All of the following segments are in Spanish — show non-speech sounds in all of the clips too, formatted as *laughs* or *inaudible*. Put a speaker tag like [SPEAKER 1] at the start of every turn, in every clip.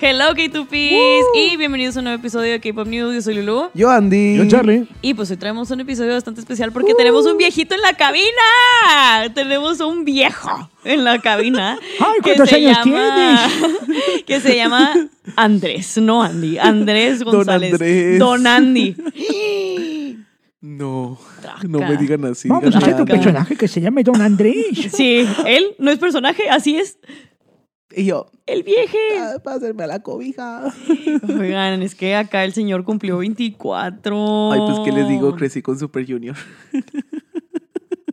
[SPEAKER 1] Hello K2Ps y bienvenidos a un nuevo episodio de K-Pop News. Yo soy Lulu.
[SPEAKER 2] Yo, Andy.
[SPEAKER 3] Yo, Charlie.
[SPEAKER 1] Y pues hoy traemos un episodio bastante especial porque tenemos un viejito en la cabina. Tenemos un viejo en la
[SPEAKER 2] *laughs*
[SPEAKER 1] cabina.
[SPEAKER 3] Ay, ¿cuántos años
[SPEAKER 1] tienes? *laughs* que se llama Andrés, no Andy. Andrés
[SPEAKER 2] Don
[SPEAKER 1] González.
[SPEAKER 2] Andrés.
[SPEAKER 1] Don Andy.
[SPEAKER 2] No,
[SPEAKER 1] Traca.
[SPEAKER 2] no pues, me digan así.
[SPEAKER 3] Vamos a
[SPEAKER 2] ganar.
[SPEAKER 3] hacer tu
[SPEAKER 1] Claro.
[SPEAKER 3] personaje que se llame Don
[SPEAKER 1] *laughs*
[SPEAKER 3] Andrés.
[SPEAKER 1] Sí, él no es personaje, así es.
[SPEAKER 2] Y yo,
[SPEAKER 1] El vieje.
[SPEAKER 2] ah, para hacerme la cobija.
[SPEAKER 1] Oigan, es que acá el señor cumplió 24.
[SPEAKER 2] Ay, pues, ¿qué les digo? Crecí con Super Junior.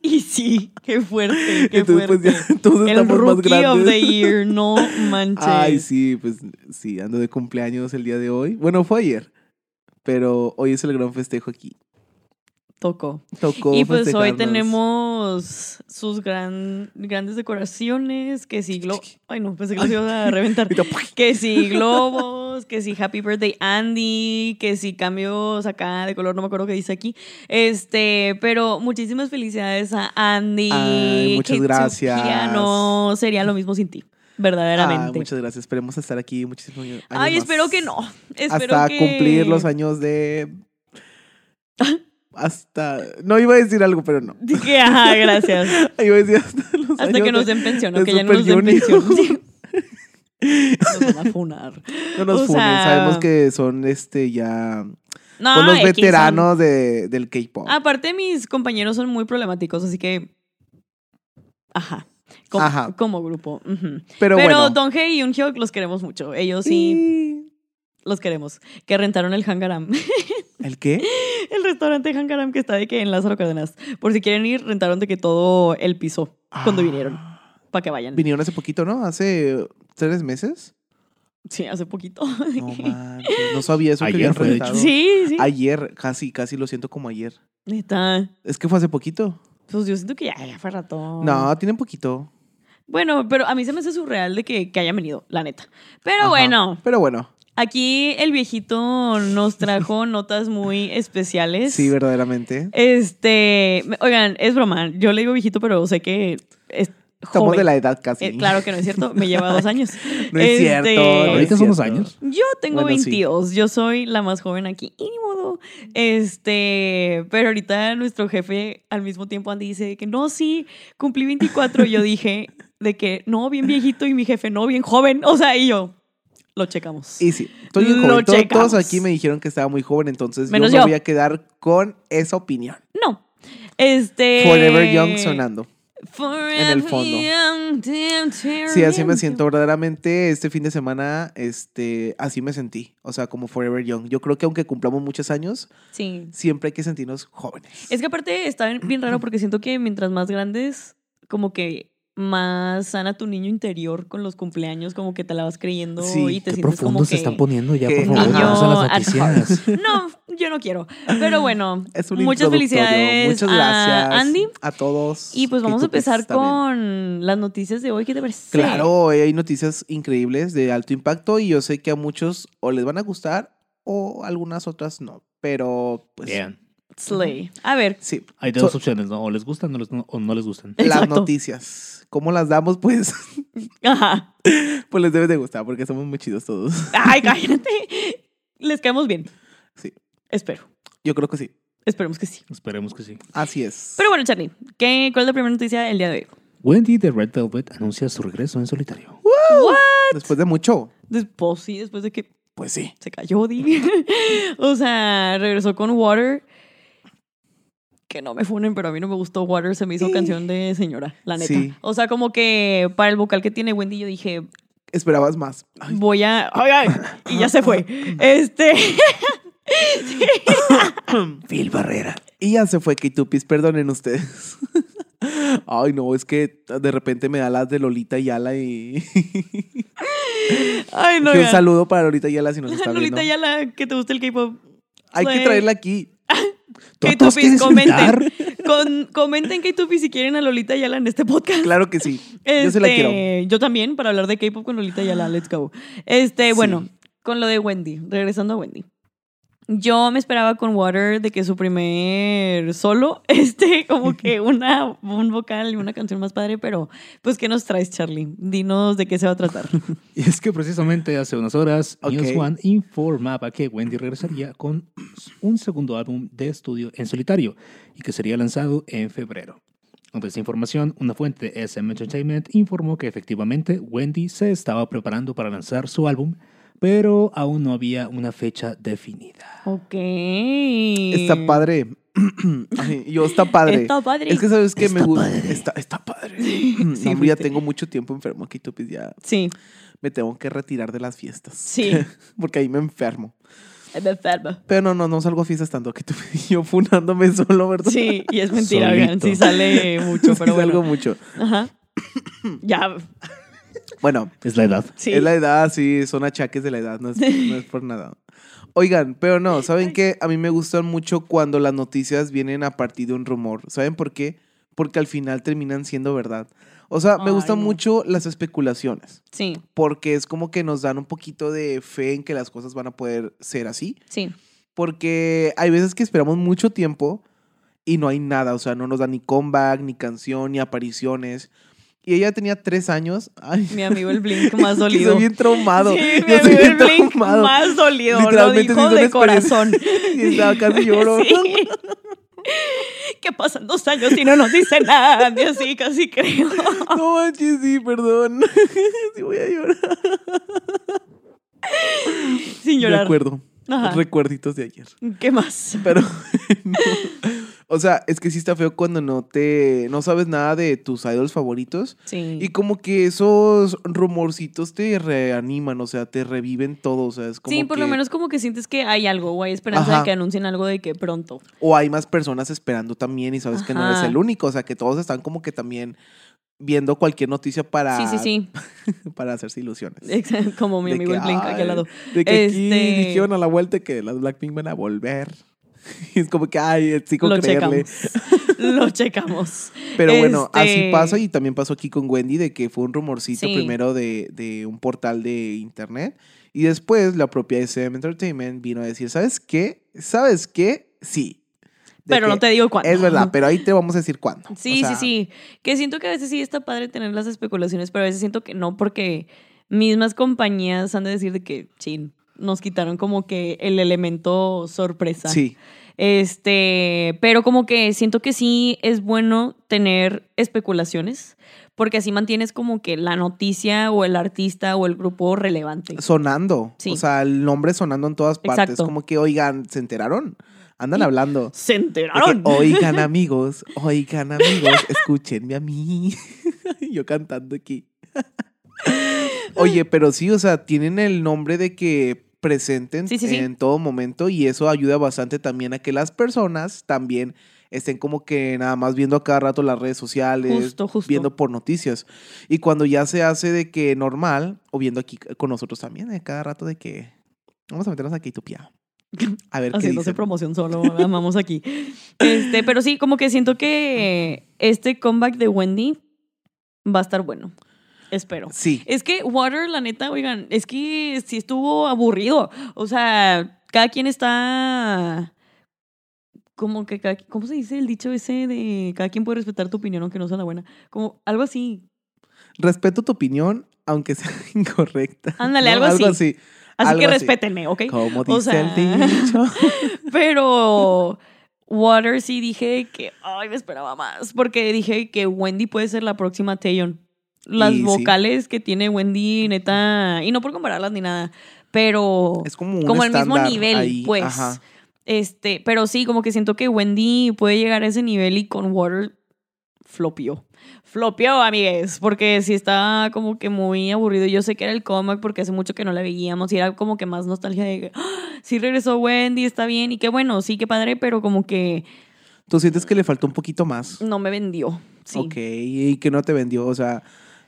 [SPEAKER 1] Y sí, qué fuerte, qué
[SPEAKER 2] Entonces,
[SPEAKER 1] fuerte.
[SPEAKER 2] pues, ya *laughs* todos
[SPEAKER 1] el
[SPEAKER 2] estamos más
[SPEAKER 1] rookie of the
[SPEAKER 2] grandes. *laughs*
[SPEAKER 1] year, no manches.
[SPEAKER 2] Ay, sí, pues, sí, ando de cumpleaños el día de hoy. Bueno, fue ayer, pero hoy es el gran festejo aquí.
[SPEAKER 1] Tocó.
[SPEAKER 2] Tocó
[SPEAKER 1] Y pues hoy
[SPEAKER 2] festejarnos.
[SPEAKER 1] tenemos sus gran, grandes decoraciones, que si
[SPEAKER 2] *laughs*
[SPEAKER 1] globos... Ay, no, pensé que los iba a reventar.
[SPEAKER 2] Ahorita,
[SPEAKER 1] Que si globos, que si Happy Birthday Andy, que si cambios acá de color, no me acuerdo qué dice aquí. Este, pero muchísimas felicidades a Andy.
[SPEAKER 2] Ay, muchas
[SPEAKER 1] que su
[SPEAKER 2] gracias.
[SPEAKER 1] gira No sería lo mismo sin ti, verdaderamente.
[SPEAKER 2] Ay, muchas gracias. Esperemos estar aquí muchísimos años.
[SPEAKER 1] Ay,
[SPEAKER 2] más.
[SPEAKER 1] espero que no. Espero
[SPEAKER 2] hasta
[SPEAKER 1] que- *laughs*
[SPEAKER 2] cumplir los años de. Hasta. No iba a decir algo, pero no.
[SPEAKER 1] Dije, ajá, gracias.
[SPEAKER 2] Iba a decir *laughs* hasta los
[SPEAKER 1] Hasta
[SPEAKER 2] años
[SPEAKER 1] que nos
[SPEAKER 2] de-
[SPEAKER 1] den pensión,
[SPEAKER 2] de
[SPEAKER 1] o que ya no
[SPEAKER 2] Super
[SPEAKER 1] nos den
[SPEAKER 2] Junior.
[SPEAKER 1] pensión.
[SPEAKER 2] *laughs*
[SPEAKER 1] Sí. Nos van a funar.
[SPEAKER 2] No nos
[SPEAKER 1] o
[SPEAKER 2] funen,
[SPEAKER 1] sea-
[SPEAKER 2] sabemos que son este ya.
[SPEAKER 1] No,
[SPEAKER 2] Son los
[SPEAKER 1] X, son-
[SPEAKER 2] veteranos de, del K-pop.
[SPEAKER 1] Aparte, mis compañeros son muy problemáticos, así que. Ajá. Como,
[SPEAKER 2] Ajá.
[SPEAKER 1] como grupo. ujú. Pero,
[SPEAKER 2] Pero, bueno.
[SPEAKER 1] Donghee y Unhyuk los queremos mucho. Ellos sí
[SPEAKER 2] Sí.
[SPEAKER 1] los queremos. Que rentaron el Hangaram. *laughs*
[SPEAKER 2] ¿El qué?
[SPEAKER 1] el restaurante Hangaram que está de que en Lázaro Cárdenas. Por si quieren ir, rentaron de que todo el piso cuando
[SPEAKER 2] Ah.
[SPEAKER 1] vinieron. Para que vayan.
[SPEAKER 2] Vinieron hace poquito, ¿no? Hace tres meses.
[SPEAKER 1] Sí, hace poquito. *laughs*
[SPEAKER 2] No manches, No sabía eso. que
[SPEAKER 3] Ayer
[SPEAKER 2] habían
[SPEAKER 3] fue, de hecho.
[SPEAKER 2] rentado.
[SPEAKER 1] sí, sí.
[SPEAKER 2] Ayer, casi, casi lo siento como ayer.
[SPEAKER 1] Neta.
[SPEAKER 2] Es que fue hace poquito.
[SPEAKER 1] Pues yo siento que ya, ya fue rato.
[SPEAKER 2] No, tienen poquito.
[SPEAKER 1] Bueno, pero a mí se me hace surreal de que, que hayan venido, la neta. Pero
[SPEAKER 2] Ajá.
[SPEAKER 1] bueno,
[SPEAKER 2] Pero bueno.
[SPEAKER 1] aquí el viejito nos
[SPEAKER 2] *laughs*
[SPEAKER 1] trajo notas muy especiales.
[SPEAKER 2] Sí, verdaderamente.
[SPEAKER 1] Este, me- oigan, es broma. Yo le digo viejito, pero sé que es
[SPEAKER 2] Estamos
[SPEAKER 1] joven.
[SPEAKER 2] de la edad casi.
[SPEAKER 1] Eh, claro que no es cierto, me
[SPEAKER 2] *laughs*
[SPEAKER 1] lleva dos años.
[SPEAKER 2] No es cierto.
[SPEAKER 1] Este,
[SPEAKER 2] no es
[SPEAKER 3] Ahorita son dos
[SPEAKER 2] cierto.
[SPEAKER 3] años.
[SPEAKER 1] Yo tengo
[SPEAKER 2] Bueno, sí.
[SPEAKER 1] 22, yo soy la más joven aquí, y ni modo. Este, pero ahorita nuestro jefe al mismo tiempo Andy dice que no, sí, cumplí 24. y yo dije de que no, bien viejito, y mi jefe no, bien joven. O sea, y yo, lo checamos.
[SPEAKER 2] Y sí, estoy bien
[SPEAKER 1] Lo
[SPEAKER 2] joven. Todo-
[SPEAKER 1] checamos.
[SPEAKER 2] Todos aquí me dijeron que estaba muy joven, entonces
[SPEAKER 1] Menos yo.
[SPEAKER 2] yo me voy a quedar con esa opinión.
[SPEAKER 1] No. Este.
[SPEAKER 2] Forever Young sonando.
[SPEAKER 1] Forever
[SPEAKER 2] el fondo.
[SPEAKER 1] young, damn,
[SPEAKER 2] Sí, así me
[SPEAKER 1] damn,
[SPEAKER 2] siento verdaderamente este fin de semana, este, así me sentí, o sea, como Forever Young. Yo creo que aunque cumplamos muchos años,
[SPEAKER 1] Sí.
[SPEAKER 2] siempre hay que sentirnos jóvenes.
[SPEAKER 1] Es que aparte está bien- bien raro porque siento que mientras más grandes, como que más sana tu niño interior con los cumpleaños, como que te la vas creyendo
[SPEAKER 2] Sí,
[SPEAKER 1] y te
[SPEAKER 4] Qué
[SPEAKER 1] sientes como
[SPEAKER 4] profundos se
[SPEAKER 1] que...
[SPEAKER 4] están poniendo ya,
[SPEAKER 2] que
[SPEAKER 4] por favor.
[SPEAKER 2] niño
[SPEAKER 4] vamos a las
[SPEAKER 1] at
[SPEAKER 4] noticias.
[SPEAKER 1] *laughs* No, yo no quiero. Pero bueno,
[SPEAKER 2] *laughs* Es un
[SPEAKER 1] muchas
[SPEAKER 2] introductorio.
[SPEAKER 1] felicidades
[SPEAKER 2] Muchas
[SPEAKER 1] a
[SPEAKER 2] gracias
[SPEAKER 1] Andy.
[SPEAKER 2] a todos.
[SPEAKER 1] Y pues vamos a
[SPEAKER 2] K-popers
[SPEAKER 1] empezar
[SPEAKER 2] también.
[SPEAKER 1] con las noticias de hoy. ¿Qué te parece?
[SPEAKER 2] Claro, eh, hay noticias increíbles de alto impacto y yo sé que a muchos o les van a gustar o algunas otras no, pero pues
[SPEAKER 5] Bien.
[SPEAKER 1] Slay. A ver,
[SPEAKER 2] sí,
[SPEAKER 5] Hay
[SPEAKER 2] So-
[SPEAKER 5] dos opciones, ¿no? O les gustan no les- no- o no les
[SPEAKER 1] Eh.
[SPEAKER 5] gustan.
[SPEAKER 2] las
[SPEAKER 1] Exacto.
[SPEAKER 2] noticias. ¿Cómo las damos? *laughs* Pues,
[SPEAKER 1] ajá.
[SPEAKER 2] pues les debe de gustar porque somos muy chidos todos.
[SPEAKER 1] Ay, cállate. Les caemos bien.
[SPEAKER 2] Sí.
[SPEAKER 1] Espero.
[SPEAKER 2] Yo creo que sí.
[SPEAKER 1] Esperemos que sí.
[SPEAKER 5] Esperemos que sí.
[SPEAKER 2] Así es.
[SPEAKER 1] Pero bueno, Charlie, ¿qué, ¿cuál es la primera noticia del día de hoy?
[SPEAKER 5] Wendy de Red Velvet anuncia su regreso en solitario.
[SPEAKER 2] Después de mucho,
[SPEAKER 1] Después, sí, después de que
[SPEAKER 2] pues sí.
[SPEAKER 1] se cayó, di. *laughs* o sea, regresó con Water. Que no me funen, pero a mí no me gustó Water. Se me hizo
[SPEAKER 2] Sí.
[SPEAKER 1] canción de señora, la neta.
[SPEAKER 2] Sí.
[SPEAKER 1] O sea, como que para el vocal que tiene Wendy, yo dije,
[SPEAKER 2] Esperabas más. Ay,
[SPEAKER 1] voy a. ¡Ay, ay! Y ya se
[SPEAKER 2] *laughs*
[SPEAKER 1] fue. Este. *laughs*
[SPEAKER 2] Phil Barrera. Y ya se fue Kitupis, perdonen ustedes. *laughs* Ay, no, es que de repente me da las de Lolita Yala y.
[SPEAKER 1] Ay, *laughs*
[SPEAKER 2] *laughs*
[SPEAKER 1] no.
[SPEAKER 2] un
[SPEAKER 1] ya.
[SPEAKER 2] saludo para Lolita
[SPEAKER 1] *laughs*
[SPEAKER 2] Yala si nos está viendo.
[SPEAKER 1] Lolita, pues. ya la que te gusta el K-pop.
[SPEAKER 2] Hay que
[SPEAKER 1] Slay.
[SPEAKER 2] traerla aquí.
[SPEAKER 1] *laughs* K-Tupis,
[SPEAKER 3] ¿Todos quieres
[SPEAKER 1] comenten.
[SPEAKER 3] gritar?
[SPEAKER 1] Con- comenten K-Tupis si quieren a Lolita Yala en este podcast.
[SPEAKER 2] Claro que sí. Yo se la
[SPEAKER 1] Este,
[SPEAKER 2] quiero.
[SPEAKER 1] Yo también, para hablar de K-pop con Lolita Yala, let's go. Este,
[SPEAKER 2] Sí.
[SPEAKER 1] bueno, con lo de Wendy, regresando a Wendy. Yo me esperaba con Water de que su primer solo, *laughs* este,
[SPEAKER 2] *laughs*
[SPEAKER 1] como que una, un vocal y una canción más padre, pero pues, ¿qué nos traes, Charlie? Dinos de qué se va a
[SPEAKER 2] *laughs*
[SPEAKER 1] tratar.
[SPEAKER 5] Y es que precisamente hace unas horas
[SPEAKER 2] Ok.
[SPEAKER 5] News One informaba que Wendy regresaría con un segundo álbum de estudio en solitario y que sería lanzado en febrero. Ante esta información, una fuente de SM Entertainment informó que efectivamente Wendy se estaba preparando para lanzar su álbum, pero aún no había una fecha definida.
[SPEAKER 1] Ok.
[SPEAKER 2] Está padre. *clears throat* Ay, yo está padre.
[SPEAKER 1] Está padre. *laughs*
[SPEAKER 2] Es que sabes que me
[SPEAKER 5] Está
[SPEAKER 2] gusta.
[SPEAKER 5] padre.
[SPEAKER 2] Está, está padre. *clears throat* No, hombre, ya
[SPEAKER 1] fuiste.
[SPEAKER 2] tengo mucho tiempo enfermo aquí, Tupis. Ya
[SPEAKER 1] Sí,
[SPEAKER 2] me tengo que retirar de las fiestas. *laughs*
[SPEAKER 1] Sí.
[SPEAKER 2] Porque ahí me enfermo.
[SPEAKER 1] me enfermo.
[SPEAKER 2] Pero no, no, no salgo a fiestas tanto que tú *laughs* yo funándome solo, ¿verdad? *laughs*
[SPEAKER 1] Sí, y es mentira,
[SPEAKER 5] Solito.
[SPEAKER 1] oigan, sí sale mucho,
[SPEAKER 2] Sí,
[SPEAKER 1] pero
[SPEAKER 2] salgo
[SPEAKER 1] bueno.
[SPEAKER 2] mucho. *clears throat*
[SPEAKER 1] Ajá. Ya,
[SPEAKER 2] Bueno,
[SPEAKER 5] Es la edad.
[SPEAKER 1] sí.
[SPEAKER 2] Es la edad, sí, son achaques de la
[SPEAKER 1] *laughs*
[SPEAKER 2] edad, no es, no es por nada. Oigan, pero no, ¿saben qué? A mí me gustan mucho cuando las noticias vienen a partir de un rumor. ¿Saben por qué? Porque al final terminan siendo verdad. O sea, me
[SPEAKER 1] Ay,
[SPEAKER 2] gustan
[SPEAKER 1] no.
[SPEAKER 2] mucho las especulaciones,
[SPEAKER 1] Sí,
[SPEAKER 2] porque es como que nos dan un poquito de fe en que las cosas van a poder ser así.
[SPEAKER 1] sí.
[SPEAKER 2] Porque hay veces que esperamos mucho tiempo y no hay nada, o sea, no nos dan ni comeback, ni canción, ni apariciones. Y ella tenía tres años. *laughs* Ay,
[SPEAKER 1] Mi amigo el
[SPEAKER 2] *laughs*
[SPEAKER 1] Blink más
[SPEAKER 2] que
[SPEAKER 1] dolido.
[SPEAKER 2] soy bien traumado.
[SPEAKER 1] Sí, mi
[SPEAKER 2] Yo soy
[SPEAKER 1] amigo
[SPEAKER 2] bien
[SPEAKER 1] el Blink
[SPEAKER 2] traumado.
[SPEAKER 1] más dolido. Lo
[SPEAKER 2] Literalmente sí
[SPEAKER 1] dijo
[SPEAKER 2] es una
[SPEAKER 1] de
[SPEAKER 2] experiencia. *laughs*
[SPEAKER 1] corazón.
[SPEAKER 2] Y
[SPEAKER 1] *laughs*
[SPEAKER 2] estaba casi lloro.
[SPEAKER 1] Sí. ¿Qué pasan dos años y no nos dice nada? Y así casi
[SPEAKER 2] *laughs*
[SPEAKER 1] creo.
[SPEAKER 2] *laughs* No manches, sí, perdón. *laughs* Sí voy a llorar.
[SPEAKER 1] Sin *laughs*
[SPEAKER 2] De
[SPEAKER 1] llorar.
[SPEAKER 2] acuerdo.
[SPEAKER 1] Ajá.
[SPEAKER 2] Recuerditos de ayer.
[SPEAKER 1] ¿Qué más?
[SPEAKER 2] Pero *laughs* no. O sea, es que sí está feo cuando no te no sabes nada de tus idols favoritos
[SPEAKER 1] Sí.
[SPEAKER 2] y como que esos rumorcitos te reaniman, o sea, te reviven todo, o sea, es como
[SPEAKER 1] Sí, por lo
[SPEAKER 2] que-
[SPEAKER 1] menos como que sientes que hay algo o hay esperanza
[SPEAKER 2] Ajá.
[SPEAKER 1] de que anuncien algo de que pronto.
[SPEAKER 2] o hay más personas esperando también y sabes que no eres
[SPEAKER 1] Ajá.
[SPEAKER 2] el único, o sea, que todos están como que también viendo cualquier noticia para
[SPEAKER 1] Sí, sí,
[SPEAKER 2] *laughs*
[SPEAKER 1] sí.
[SPEAKER 2] para hacerse ilusiones.
[SPEAKER 1] Exacto, Como mi
[SPEAKER 2] De
[SPEAKER 1] amigo
[SPEAKER 2] que,
[SPEAKER 1] el Blink aquí
[SPEAKER 2] ay,
[SPEAKER 1] al lado.
[SPEAKER 2] De que aquí
[SPEAKER 1] Este-
[SPEAKER 2] dijeron a la vuelta que las Blackpink van a volver. *laughs* Y es como que, ay, sí, con
[SPEAKER 1] Lo
[SPEAKER 2] creerle.
[SPEAKER 1] checamos. *laughs* Lo checamos.
[SPEAKER 2] Pero bueno, así
[SPEAKER 1] Este-
[SPEAKER 2] pasa y también pasó aquí con Wendy de que fue un rumorcito
[SPEAKER 1] Sí.
[SPEAKER 2] primero de, de un portal de internet y después la propia SM Entertainment vino a decir, ¿sabes qué? ¿Sabes qué? Sí. De
[SPEAKER 1] Pero no
[SPEAKER 2] que
[SPEAKER 1] te digo cuándo.
[SPEAKER 2] Es verdad, pero ahí te vamos a decir cuándo. O
[SPEAKER 1] Sí, sí,
[SPEAKER 2] sea,
[SPEAKER 1] sí. Que siento que a veces sí está padre tener las especulaciones, pero a veces siento que no, porque mismas compañías han de decir de que, chin, nos quitaron como que el elemento sorpresa.
[SPEAKER 2] Sí,
[SPEAKER 1] Este, pero como que siento que sí es bueno tener especulaciones, porque así mantienes como que la noticia o el artista o el grupo relevante.
[SPEAKER 2] sonando.
[SPEAKER 1] Sí.
[SPEAKER 2] O sea, el nombre sonando en todas partes.
[SPEAKER 1] Exacto.
[SPEAKER 2] Como que, oigan, ¿se enteraron? Andan hablando.
[SPEAKER 1] Se
[SPEAKER 2] De que,
[SPEAKER 1] enteraron. *laughs*
[SPEAKER 2] oigan amigos, oigan amigos, escúchenme a mí. *laughs* Yo cantando aquí. Oye, pero sí, o sea, tienen el nombre de que presenten
[SPEAKER 1] Sí, sí, sí.
[SPEAKER 2] en todo momento y eso ayuda bastante también a que las personas también estén como que nada más viendo a cada rato las redes sociales,
[SPEAKER 1] Justo, justo.
[SPEAKER 2] viendo por noticias. Y cuando ya se hace de que normal, o viendo aquí con nosotros también, a cada rato de que vamos a meternos aquí tu
[SPEAKER 1] *laughs*
[SPEAKER 2] pia. A *laughs* ver qué
[SPEAKER 1] haciéndose
[SPEAKER 2] dicen.
[SPEAKER 1] promoción solo, amamos aquí. Este, pero sí, como que siento que este comeback de Wendy va a estar bueno. Espero.
[SPEAKER 2] Sí.
[SPEAKER 1] Es que Water, la neta, oigan, es que sí estuvo aburrido. O sea, cada quien está. Como que cada, ¿Cómo se dice el dicho ese de cada quien puede respetar tu opinión aunque no sea la buena? Como algo así.
[SPEAKER 2] Respeto tu opinión, aunque sea *laughs* incorrecta.
[SPEAKER 1] Ándale, algo así. Así
[SPEAKER 2] Algo
[SPEAKER 1] que
[SPEAKER 2] así.
[SPEAKER 1] respétenme, ¿ok?
[SPEAKER 2] Como dice
[SPEAKER 1] O sea, *laughs*
[SPEAKER 2] el dicho.
[SPEAKER 1] Pero Water sí dije que, ay, me esperaba más, porque dije que Wendy puede ser la próxima Taeyeon. Las
[SPEAKER 2] Y sí.
[SPEAKER 1] vocales que tiene Wendy, neta, y no por compararlas ni nada, pero
[SPEAKER 2] Es como un
[SPEAKER 1] como al mismo
[SPEAKER 2] estándar
[SPEAKER 1] nivel,
[SPEAKER 2] ahí,
[SPEAKER 1] pues.
[SPEAKER 2] ajá.
[SPEAKER 1] Este, pero sí, como que siento que Wendy puede llegar a ese nivel y con Water flopió. Flopió, amigues, porque sí está como que muy aburrido. Yo sé que era el comeback porque hace mucho que no la veíamos y era como que más nostalgia de que, "Ah, sí regresó Wendy, está bien y qué bueno, sí, qué padre, pero como que
[SPEAKER 2] Tú sientes que le faltó un poquito más.
[SPEAKER 1] no me vendió. Sí.
[SPEAKER 2] Ok, y que no te vendió, o sea,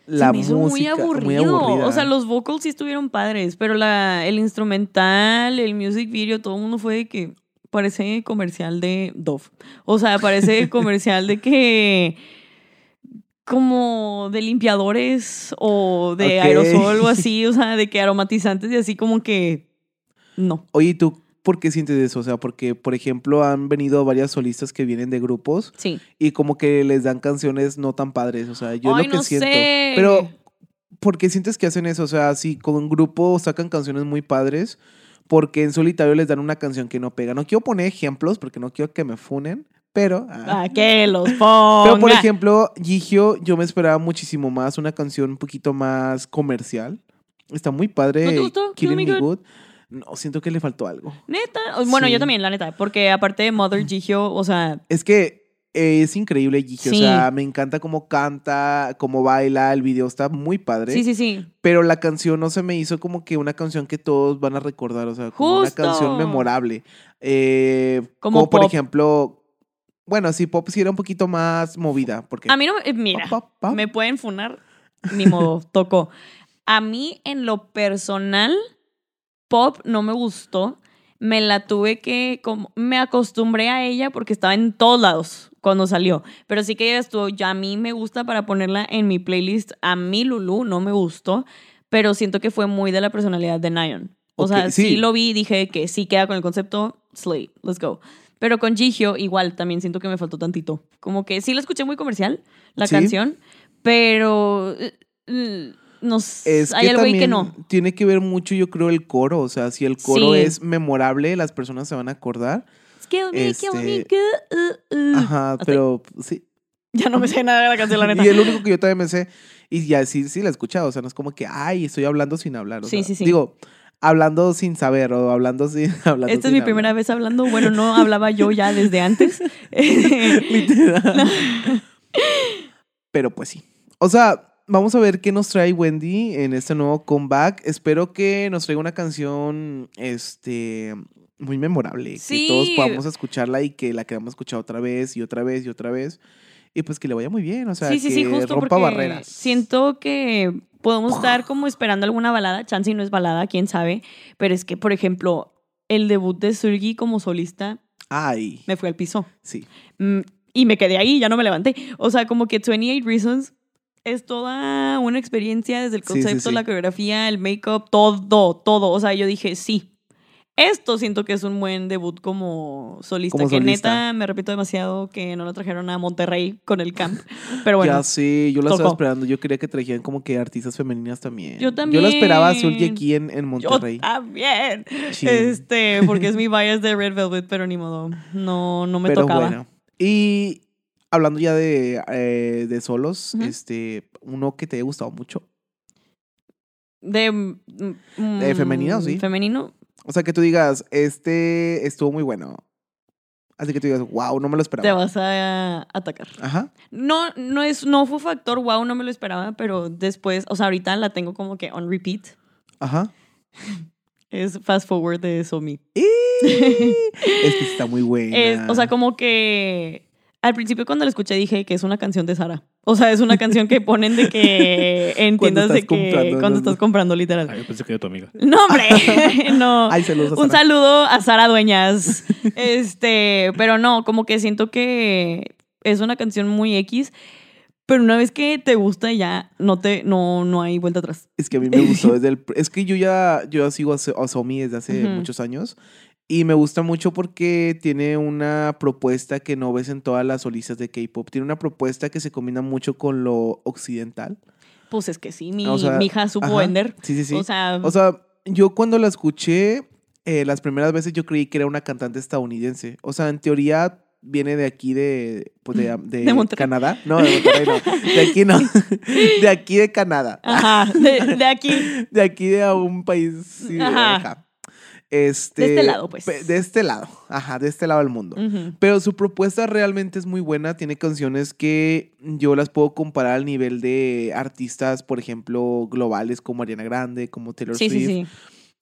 [SPEAKER 1] Se
[SPEAKER 2] la
[SPEAKER 1] me hizo
[SPEAKER 2] música.
[SPEAKER 1] muy aburrido. o sea, los vocals sí estuvieron padres, pero la, el instrumental, el music video, todo el mundo fue de que parece comercial de Dove. O sea,
[SPEAKER 2] *laughs*
[SPEAKER 1] parece comercial de que como de limpiadores o de
[SPEAKER 2] Ok.
[SPEAKER 1] aerosol o así, o sea, de que aromatizantes y así como que no.
[SPEAKER 2] Oye, ¿y ¿tú ¿por qué sientes eso? O sea, porque, por ejemplo, han venido varias solistas que vienen de grupos
[SPEAKER 1] Sí.
[SPEAKER 2] y como que les dan canciones no tan padres. O sea, yo
[SPEAKER 1] Ay,
[SPEAKER 2] es lo que
[SPEAKER 1] no
[SPEAKER 2] siento.
[SPEAKER 1] sé.
[SPEAKER 2] Pero, ¿por qué sientes que hacen eso? O sea, si con un grupo sacan canciones muy padres, porque en solitario les dan una canción que no pega. No quiero poner ejemplos porque no quiero que me funen, pero. ah.
[SPEAKER 1] ¿A que los ponga?
[SPEAKER 2] Pero, por ejemplo, Gigio, yo me esperaba muchísimo más, una canción un poquito más comercial. Está muy padre.
[SPEAKER 1] ¿No te gustó?
[SPEAKER 2] Killing
[SPEAKER 1] Kill Me
[SPEAKER 2] Me Good. No, siento que le faltó algo.
[SPEAKER 1] Neta. Bueno,
[SPEAKER 2] Sí.
[SPEAKER 1] yo también, la neta. Porque aparte de Mother Gigio, o sea,
[SPEAKER 2] Es que eh, es increíble Gigi, o
[SPEAKER 1] Sí.
[SPEAKER 2] sea, me encanta cómo canta, cómo baila, el video está muy padre,
[SPEAKER 1] sí, sí, sí.
[SPEAKER 2] pero la canción no se me hizo como que una canción que todos van a recordar, o sea,
[SPEAKER 1] Justo.
[SPEAKER 2] como una canción memorable. Eh, como
[SPEAKER 1] Como
[SPEAKER 2] por
[SPEAKER 1] pop.
[SPEAKER 2] ejemplo, bueno, sí, pop sí era un poquito más movida, porque...
[SPEAKER 1] A mí no me- eh, Mira,
[SPEAKER 2] Pop, pop, pop.
[SPEAKER 1] me pueden funar. Ni
[SPEAKER 2] *laughs*
[SPEAKER 1] modo, tocó. A mí, en lo personal, pop no me gustó. Me la tuve que. Como, me acostumbré a ella porque estaba en todos lados cuando salió. Pero sí que ella estuvo. Ya a mí me gusta para ponerla en mi playlist. A mí, Lulu, no me gustó. Pero siento que fue muy de la personalidad de Nyon. O
[SPEAKER 2] Ok,
[SPEAKER 1] sea, sí.
[SPEAKER 2] sí.
[SPEAKER 1] lo vi y dije que sí queda con el concepto. Slay, let's go. Pero con Gigio, igual, también siento que me faltó tantito. Como que sí la escuché muy comercial, la
[SPEAKER 2] Sí.
[SPEAKER 1] canción. Pero. eh, eh, No sé.
[SPEAKER 2] Es
[SPEAKER 1] hay
[SPEAKER 2] que
[SPEAKER 1] algo ahí que
[SPEAKER 2] también
[SPEAKER 1] no.
[SPEAKER 2] Tiene que ver mucho, yo creo, el coro. O sea, si el coro
[SPEAKER 1] Sí.
[SPEAKER 2] es memorable, las personas se van a acordar.
[SPEAKER 1] Kill me, kill me,
[SPEAKER 2] Este-
[SPEAKER 1] good, uh, uh.
[SPEAKER 2] Ajá,
[SPEAKER 1] Hasta
[SPEAKER 2] pero sí,
[SPEAKER 1] Ya no me sé nada de la canción, la neta.
[SPEAKER 2] *laughs* Y el único que yo también me sé. Y ya sí, sí la he escuchado. O sea, no es como que, ay, estoy hablando sin hablar. o
[SPEAKER 1] Sí,
[SPEAKER 2] sea,
[SPEAKER 1] sí, sí.
[SPEAKER 2] Digo, hablando sin saber o hablando sin *laughs* hablando
[SPEAKER 1] Esta es mi primera vez hablando. Bueno, no hablaba yo ya desde
[SPEAKER 2] *laughs*
[SPEAKER 1] antes. *laughs*
[SPEAKER 2] Pero pues sí. O sea, vamos a ver qué nos trae Wendy en este nuevo comeback. Espero que nos traiga una canción, este... Muy memorable,
[SPEAKER 1] Sí.
[SPEAKER 2] que todos podamos escucharla y que la queramos escuchar otra vez y otra vez y otra vez. Y pues que le vaya muy bien, o sea,
[SPEAKER 1] sí, sí,
[SPEAKER 2] que
[SPEAKER 1] sí, justo
[SPEAKER 2] rompa
[SPEAKER 1] porque
[SPEAKER 2] barreras.
[SPEAKER 1] siento que podemos estar como esperando alguna balada. Chance y no es balada, quién sabe. Pero es que, por ejemplo, el debut de Surgi como solista
[SPEAKER 2] Ay,
[SPEAKER 1] me fue al piso.
[SPEAKER 2] sí.
[SPEAKER 1] Mm, y me quedé ahí, ya no me levanté. O sea, como que 28 Reasons es toda una experiencia desde el
[SPEAKER 2] Sí, sí,
[SPEAKER 1] concepto,
[SPEAKER 2] sí.
[SPEAKER 1] la coreografía, el make-up, todo, todo. O sea, yo dije, sí. Esto siento que es un buen debut como solista,
[SPEAKER 2] Como
[SPEAKER 1] que
[SPEAKER 2] solista.
[SPEAKER 1] neta me repito demasiado que no lo trajeron a Monterrey con el camp. *laughs* Pero Ah, bueno,
[SPEAKER 2] ya sí, yo la estaba
[SPEAKER 1] tocó.
[SPEAKER 2] esperando. Yo quería que trajeran como que artistas femeninas también.
[SPEAKER 1] Yo
[SPEAKER 2] Yo
[SPEAKER 1] también.
[SPEAKER 2] la esperaba a Zulgi aquí en, en
[SPEAKER 1] yo
[SPEAKER 2] Monterrey.
[SPEAKER 1] también.
[SPEAKER 2] Sí.
[SPEAKER 1] Este, porque es
[SPEAKER 2] *laughs*
[SPEAKER 1] mi bias de Red Velvet, pero ni modo. No, no me
[SPEAKER 2] Pero
[SPEAKER 1] tocaba.
[SPEAKER 2] bueno. Y hablando ya de, eh, de solos,
[SPEAKER 1] Ujú.
[SPEAKER 2] este, uno que te haya gustado mucho.
[SPEAKER 1] De, mm,
[SPEAKER 2] De femenino,
[SPEAKER 1] mm,
[SPEAKER 2] sí.
[SPEAKER 1] Femenino,
[SPEAKER 2] O sea, que tú digas, este estuvo muy bueno. Así que tú digas, wow, no me lo
[SPEAKER 1] te
[SPEAKER 2] esperaba.
[SPEAKER 1] vas a atacar.
[SPEAKER 2] Ajá.
[SPEAKER 1] No, no es, no fue factor wow, no me lo esperaba, pero después, o sea, ahorita la tengo como que on repeat. *laughs*
[SPEAKER 2] Ajá.
[SPEAKER 1] Es fast forward de Somi.
[SPEAKER 2] Y- es que está muy buena.
[SPEAKER 1] Es- o sea, como que al principio cuando la escuché dije que es una canción de Sara. O sea, es una canción que ponen de
[SPEAKER 2] *laughs*
[SPEAKER 1] que en
[SPEAKER 2] Cuando
[SPEAKER 1] tiendas
[SPEAKER 2] estás
[SPEAKER 1] de que
[SPEAKER 2] comprando,
[SPEAKER 1] cuando
[SPEAKER 2] ¿no?
[SPEAKER 1] estás comprando literal.
[SPEAKER 5] Ay, Ah, yo pensé que era tu amiga.
[SPEAKER 1] No, hombre, *laughs* no.
[SPEAKER 2] Ay, saludos a
[SPEAKER 1] Un
[SPEAKER 2] Sara.
[SPEAKER 1] saludo a Sara
[SPEAKER 2] *laughs*
[SPEAKER 1] Dueñas. Este, pero no, como que siento que es una canción muy X, pero una vez que te gusta ya no te no no hay vuelta atrás.
[SPEAKER 2] Es que a mí me
[SPEAKER 1] *laughs*
[SPEAKER 2] gustó desde el... Es que yo ya, yo ya sigo a So- a Somi desde hace
[SPEAKER 1] Ujú.
[SPEAKER 2] muchos años y me gusta mucho porque tiene una propuesta que no ves en todas las solistas de K-Pop. Tiene una propuesta que se combina mucho con lo occidental.
[SPEAKER 1] Pues es que sí, mi,
[SPEAKER 2] Ah, O sea,
[SPEAKER 1] mi hija supo
[SPEAKER 2] ajá.
[SPEAKER 1] vender.
[SPEAKER 2] Sí, sí, sí.
[SPEAKER 1] O sea,
[SPEAKER 2] O sea, yo cuando la escuché, eh, las primeras veces yo creí que era una cantante estadounidense. O sea, en teoría viene de aquí de,
[SPEAKER 1] *laughs*
[SPEAKER 2] pues de, de
[SPEAKER 1] De Monterrey.
[SPEAKER 2] Canadá. No, de Monterrey no. De
[SPEAKER 1] *laughs*
[SPEAKER 2] aquí no. *laughs* De aquí de Canadá. *laughs*
[SPEAKER 1] ajá, de, de aquí.
[SPEAKER 2] De aquí de a un país. sí, de
[SPEAKER 1] Ajá.
[SPEAKER 2] acá. Este,
[SPEAKER 1] De este lado, pues. Mm.
[SPEAKER 2] pe- De este lado, ajá, de este lado del mundo.
[SPEAKER 1] Ujú.
[SPEAKER 2] Pero su propuesta realmente es muy buena. Tiene canciones que yo las puedo comparar al nivel de artistas, por ejemplo, globales como Ariana Grande, como Taylor
[SPEAKER 1] Sí,
[SPEAKER 2] Swift.
[SPEAKER 1] sí, sí.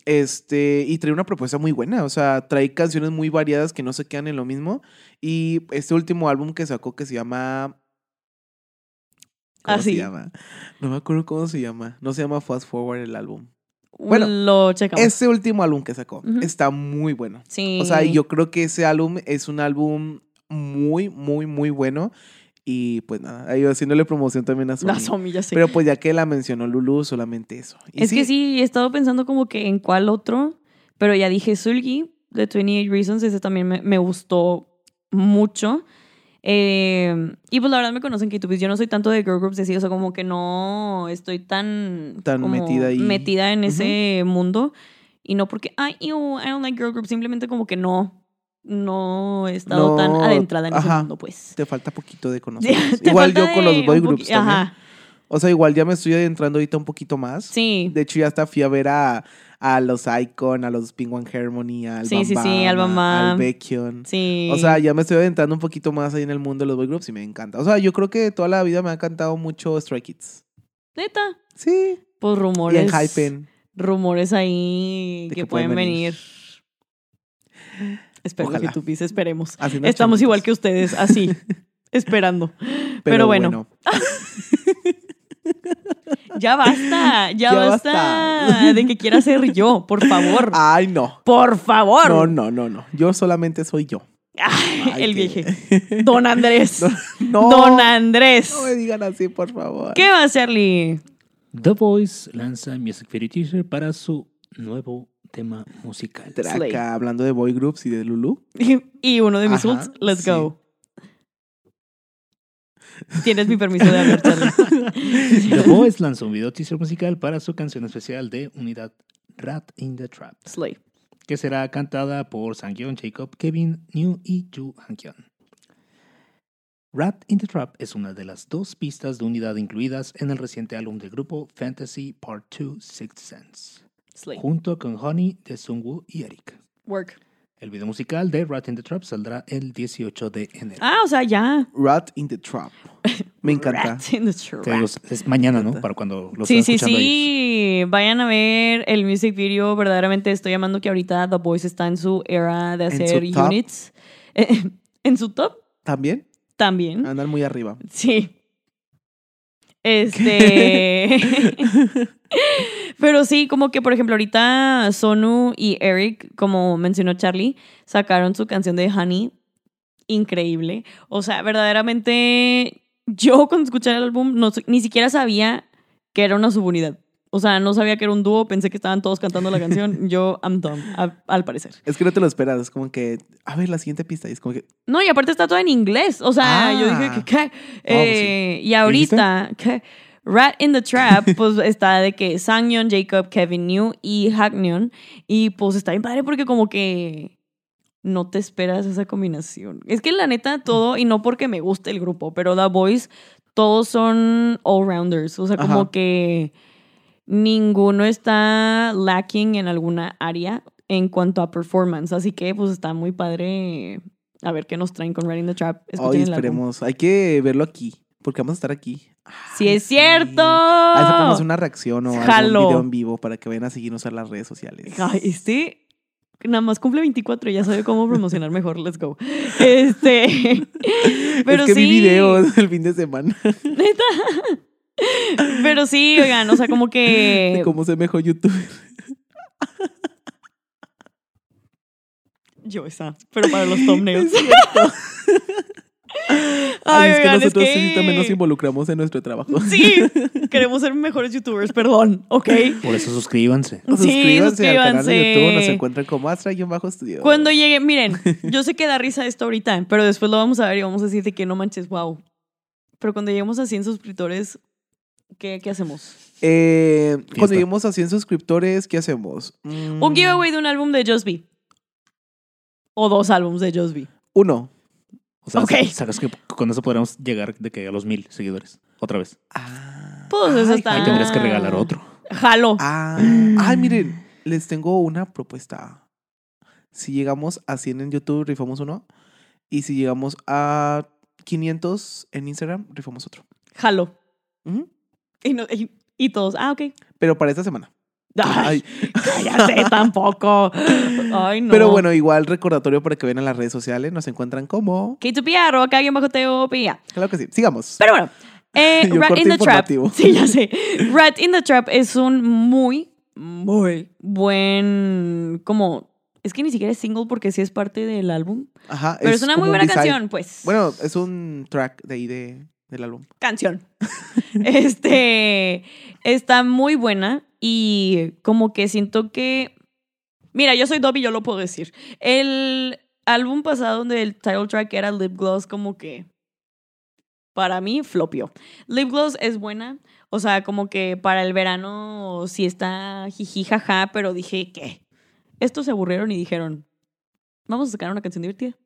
[SPEAKER 2] Este, y trae una propuesta muy buena, o sea, trae canciones muy variadas que no se quedan en lo mismo. Y este último álbum que sacó que se llama... ¿Cómo
[SPEAKER 1] Ah, sí.
[SPEAKER 2] se llama? No me acuerdo cómo se llama. No se llama Fast Forward el álbum. Bueno,
[SPEAKER 1] Bueno, lo checamos.
[SPEAKER 2] Este último álbum que sacó
[SPEAKER 1] Ujú.
[SPEAKER 2] está muy bueno.
[SPEAKER 1] sí.
[SPEAKER 2] O sea, yo creo que ese álbum es un álbum muy, muy, muy bueno. Y pues nada, ahí haciéndole promoción también a Sony.
[SPEAKER 1] la Somi ya sé.
[SPEAKER 2] Pero pues ya que la mencionó Lulu, solamente eso. Y
[SPEAKER 1] es que sí, he estado pensando como que en cuál otro, pero ya dije Sulgi, de 28 Reasons, ese también me, me gustó mucho. Eh, y pues la verdad me conocen que yo no soy tanto de girl groups, así, o sea, como que no estoy tan,
[SPEAKER 2] Tan
[SPEAKER 1] como
[SPEAKER 2] metida ahí.
[SPEAKER 1] metida en ese mundo. Y no porque, ay, ew, I don't like girl groups, simplemente como que no, no he estado
[SPEAKER 2] No,
[SPEAKER 1] tan adentrada en ese
[SPEAKER 2] ajá.
[SPEAKER 1] mundo, pues.
[SPEAKER 2] Te falta poquito de conocer.
[SPEAKER 1] *laughs* Te
[SPEAKER 2] Igual
[SPEAKER 1] falta
[SPEAKER 2] yo con los
[SPEAKER 1] de
[SPEAKER 2] boy
[SPEAKER 1] un
[SPEAKER 2] groups
[SPEAKER 1] poqui-
[SPEAKER 2] también.
[SPEAKER 1] Ajá,
[SPEAKER 2] O sea, igual ya me estoy adentrando ahorita un poquito más.
[SPEAKER 1] sí.
[SPEAKER 2] De hecho, ya hasta fui a ver a, a los Icon, a los Penguin Harmony, al
[SPEAKER 1] Sí, sí,
[SPEAKER 2] Bam
[SPEAKER 1] sí, al
[SPEAKER 2] Bam,
[SPEAKER 1] Bam
[SPEAKER 2] a- al
[SPEAKER 1] Bam.
[SPEAKER 2] Beckion.
[SPEAKER 1] Sí.
[SPEAKER 2] O sea, ya me estoy adentrando un poquito más ahí en el mundo de los boy groups y me encanta. O sea, yo creo que toda la vida me ha encantado mucho Stray Kids.
[SPEAKER 1] neta,
[SPEAKER 2] Sí.
[SPEAKER 1] pues
[SPEAKER 2] Y en
[SPEAKER 1] rumores.
[SPEAKER 2] Hypen.
[SPEAKER 1] rumores ahí
[SPEAKER 2] De
[SPEAKER 1] que,
[SPEAKER 2] que
[SPEAKER 1] pueden
[SPEAKER 2] pueden
[SPEAKER 1] venir.
[SPEAKER 2] venir.
[SPEAKER 1] Espero
[SPEAKER 2] Ojalá.
[SPEAKER 1] que tú pises, esperemos.
[SPEAKER 2] haciendo
[SPEAKER 1] Estamos
[SPEAKER 2] chamitos.
[SPEAKER 1] igual que ustedes,
[SPEAKER 2] *laughs*
[SPEAKER 1] así, esperando.
[SPEAKER 2] Pero,
[SPEAKER 1] bueno. Ya basta, ya,
[SPEAKER 2] Ya
[SPEAKER 1] basta.
[SPEAKER 2] basta.
[SPEAKER 1] de que quiera ser yo, por favor.
[SPEAKER 2] Ay, no.
[SPEAKER 1] Por favor.
[SPEAKER 2] No, no, no, no. Yo solamente soy yo.
[SPEAKER 1] Ay, *laughs*
[SPEAKER 2] Ay,
[SPEAKER 1] el
[SPEAKER 2] qué-
[SPEAKER 1] vieje.
[SPEAKER 2] *laughs*
[SPEAKER 1] Don Andrés.
[SPEAKER 2] No.
[SPEAKER 1] Don Andrés.
[SPEAKER 2] No me digan así, por favor.
[SPEAKER 1] ¿Qué va a hacerle?
[SPEAKER 5] The Voice lanza Music Video Teaser para su nuevo tema musical.
[SPEAKER 2] Traca,
[SPEAKER 1] Slay.
[SPEAKER 2] hablando de boy groups y de Lulu.
[SPEAKER 1] Y uno de mis
[SPEAKER 2] Ajá,
[SPEAKER 1] ults, let's
[SPEAKER 2] sí.
[SPEAKER 1] go. Tienes mi permiso de hablar,
[SPEAKER 2] *laughs*
[SPEAKER 1] Charlie.
[SPEAKER 5] The Voice lanzó un video teaser musical para su canción especial de unidad Rat in the Trap,
[SPEAKER 1] *laughs* Slay.
[SPEAKER 5] que será cantada por Sangyeon, Jacob, Kevin, New y Ju Hankyun. Rat in the Trap es una de las dos pistas de unidad incluidas en el reciente álbum del grupo Fantasy Part 2 Sixth Sense,
[SPEAKER 1] Slay.
[SPEAKER 5] junto con Honey de Sungwoo y Eric.
[SPEAKER 1] Work.
[SPEAKER 5] El video musical de Rat in the Trap saldrá el 18 de enero.
[SPEAKER 1] Ah, o sea, ya.
[SPEAKER 2] Rat in the Trap.
[SPEAKER 1] *laughs*
[SPEAKER 2] Me encanta.
[SPEAKER 1] Rats in the trap.
[SPEAKER 5] Te digo, es mañana, ¿no? Para cuando lo
[SPEAKER 1] Sí,
[SPEAKER 5] estén
[SPEAKER 1] sí,
[SPEAKER 5] escuchando ellos.
[SPEAKER 1] sí. Vayan a ver el music video. Verdaderamente estoy llamando que ahorita The Voice está en su era de
[SPEAKER 2] En su
[SPEAKER 1] hacer
[SPEAKER 2] top.
[SPEAKER 1] units. *laughs* Eh, en su top
[SPEAKER 2] ¿También?
[SPEAKER 1] también.
[SPEAKER 2] Andan muy arriba.
[SPEAKER 1] Sí. Este. *laughs* Pero sí, como que por ejemplo, ahorita Sonu y Eric, como mencionó Charlie, sacaron su canción de Honey. Increíble. O sea, verdaderamente, yo cuando escuché el álbum no, sé- ni siquiera sabía que era una subunidad. O sea, no sabía que era un dúo, pensé que estaban todos cantando la canción. Yo, I'm dumb, a- al parecer.
[SPEAKER 2] Es que no te lo esperas. Es como que, a ver, la siguiente pista. Y es como que,
[SPEAKER 1] No, y aparte está todo en inglés. O sea,
[SPEAKER 2] Ah.
[SPEAKER 1] yo dije que qué.
[SPEAKER 2] pues
[SPEAKER 1] Eh, Y ahorita, ¿qué? Rat in the
[SPEAKER 2] *laughs*
[SPEAKER 1] Trap, pues está de que Sangyeon, Jacob, Kevin New y Hackneon. Y pues está bien padre porque como que no te esperas esa combinación. Es que la neta todo, y no porque me guste el grupo, pero The Boys, todos son all-rounders. O sea, como
[SPEAKER 2] Ajá.
[SPEAKER 1] que ninguno está lacking en alguna área en cuanto a performance. Así que pues está muy padre eh, a ver qué nos traen con Riding the Trap.
[SPEAKER 2] hoy
[SPEAKER 1] Escuchen el álbum.
[SPEAKER 2] esperemos. Hay que verlo aquí. Porque vamos a estar aquí. Ah,
[SPEAKER 1] ¡Sí
[SPEAKER 2] Ay,
[SPEAKER 1] es cierto!
[SPEAKER 2] Ahí sacamos una reacción o
[SPEAKER 1] Oh. Jalo.
[SPEAKER 2] algún video en vivo para que vayan a seguirnos en las redes sociales.
[SPEAKER 1] Ay, este nada más cumple 24 y ya sabe cómo promocionar mejor. Let's go.
[SPEAKER 2] *laughs*
[SPEAKER 1] Este. Pero
[SPEAKER 2] es que
[SPEAKER 1] sí.
[SPEAKER 2] vi videos *laughs* el fin de semana
[SPEAKER 1] Neta. Pero sí, oigan, o sea, como que.
[SPEAKER 2] de cómo se mejor YouTube.
[SPEAKER 1] Yo esa, pero para los thumbnails. *laughs*
[SPEAKER 2] Es cierto. *laughs* Ay, es que
[SPEAKER 1] oigan,
[SPEAKER 2] nosotros sí también nos involucramos en nuestro trabajo. *laughs*
[SPEAKER 1] Sí, queremos ser mejores youtubers, perdón, ¿ok?
[SPEAKER 5] Por eso suscríbanse.
[SPEAKER 1] Sí,
[SPEAKER 2] suscríbanse al canal de
[SPEAKER 1] suscríbanse.
[SPEAKER 2] YouTube, nos encuentran como Astra-Studio.
[SPEAKER 1] Cuando llegue, miren, yo sé que da risa esto ahorita, pero después lo vamos a ver y vamos a decir de que no manches, wow. Pero cuando lleguemos a 100 suscriptores, ¿qué, qué hacemos?
[SPEAKER 2] Eh, cuando
[SPEAKER 5] Fiesta.
[SPEAKER 2] lleguemos a 100 suscriptores, ¿qué hacemos? Mm,
[SPEAKER 1] Un giveaway de un álbum de Just Be. O dos álbums de Just Be.
[SPEAKER 2] Uno.
[SPEAKER 5] O sea,
[SPEAKER 1] Ok.
[SPEAKER 5] sa- sacas que con eso podremos llegar de que a los mil seguidores. Otra vez.
[SPEAKER 2] Ah,
[SPEAKER 1] Pues eso
[SPEAKER 2] ay,
[SPEAKER 1] está-
[SPEAKER 5] Ahí
[SPEAKER 1] Ah.
[SPEAKER 5] tendrás que regalar otro.
[SPEAKER 1] Jalo.
[SPEAKER 2] Ah,
[SPEAKER 1] Mm.
[SPEAKER 2] ay, miren, les tengo una propuesta. Si llegamos a 100 en YouTube, rifamos uno. Y si llegamos a 500 en Instagram, rifamos otro.
[SPEAKER 1] Jalo.
[SPEAKER 2] Ujú.
[SPEAKER 1] Y, no- y- y todos, ah, ok.
[SPEAKER 2] Pero para esta semana.
[SPEAKER 1] Ay,
[SPEAKER 2] Ay.
[SPEAKER 1] *laughs* cállate
[SPEAKER 2] *laughs*
[SPEAKER 1] tampoco. Ay, no.
[SPEAKER 2] Pero bueno, igual recordatorio para que vean en las redes sociales. Nos encuentran como.
[SPEAKER 1] K2P, arroba K-guión bajo T-O-P-I-A.
[SPEAKER 2] Claro que sí. Sigamos.
[SPEAKER 1] Pero bueno, eh,
[SPEAKER 2] *laughs* Yo
[SPEAKER 1] Rat
[SPEAKER 2] corte
[SPEAKER 1] in the Trap.
[SPEAKER 2] informativo.
[SPEAKER 1] *laughs* Sí, ya sé. Rat in the Trap es un muy, muy buen, como, es que ni siquiera es single porque sí es parte del álbum,
[SPEAKER 2] Ajá.
[SPEAKER 1] pero es, una
[SPEAKER 2] como
[SPEAKER 1] muy
[SPEAKER 2] un
[SPEAKER 1] buena
[SPEAKER 2] design.
[SPEAKER 1] canción, pues.
[SPEAKER 2] Bueno, es un track de ahí de, del álbum.
[SPEAKER 1] canción. *laughs* este está muy buena y como que siento que Mira, yo soy Dobby, yo lo puedo decir. El álbum pasado donde el title track era Lip Gloss, como que para mí flopió. Lip Gloss es buena, o sea, como que para el verano sí está jiji jaja, pero dije, ¿qué? Estos se aburrieron y dijeron, vamos a sacar una canción divertida.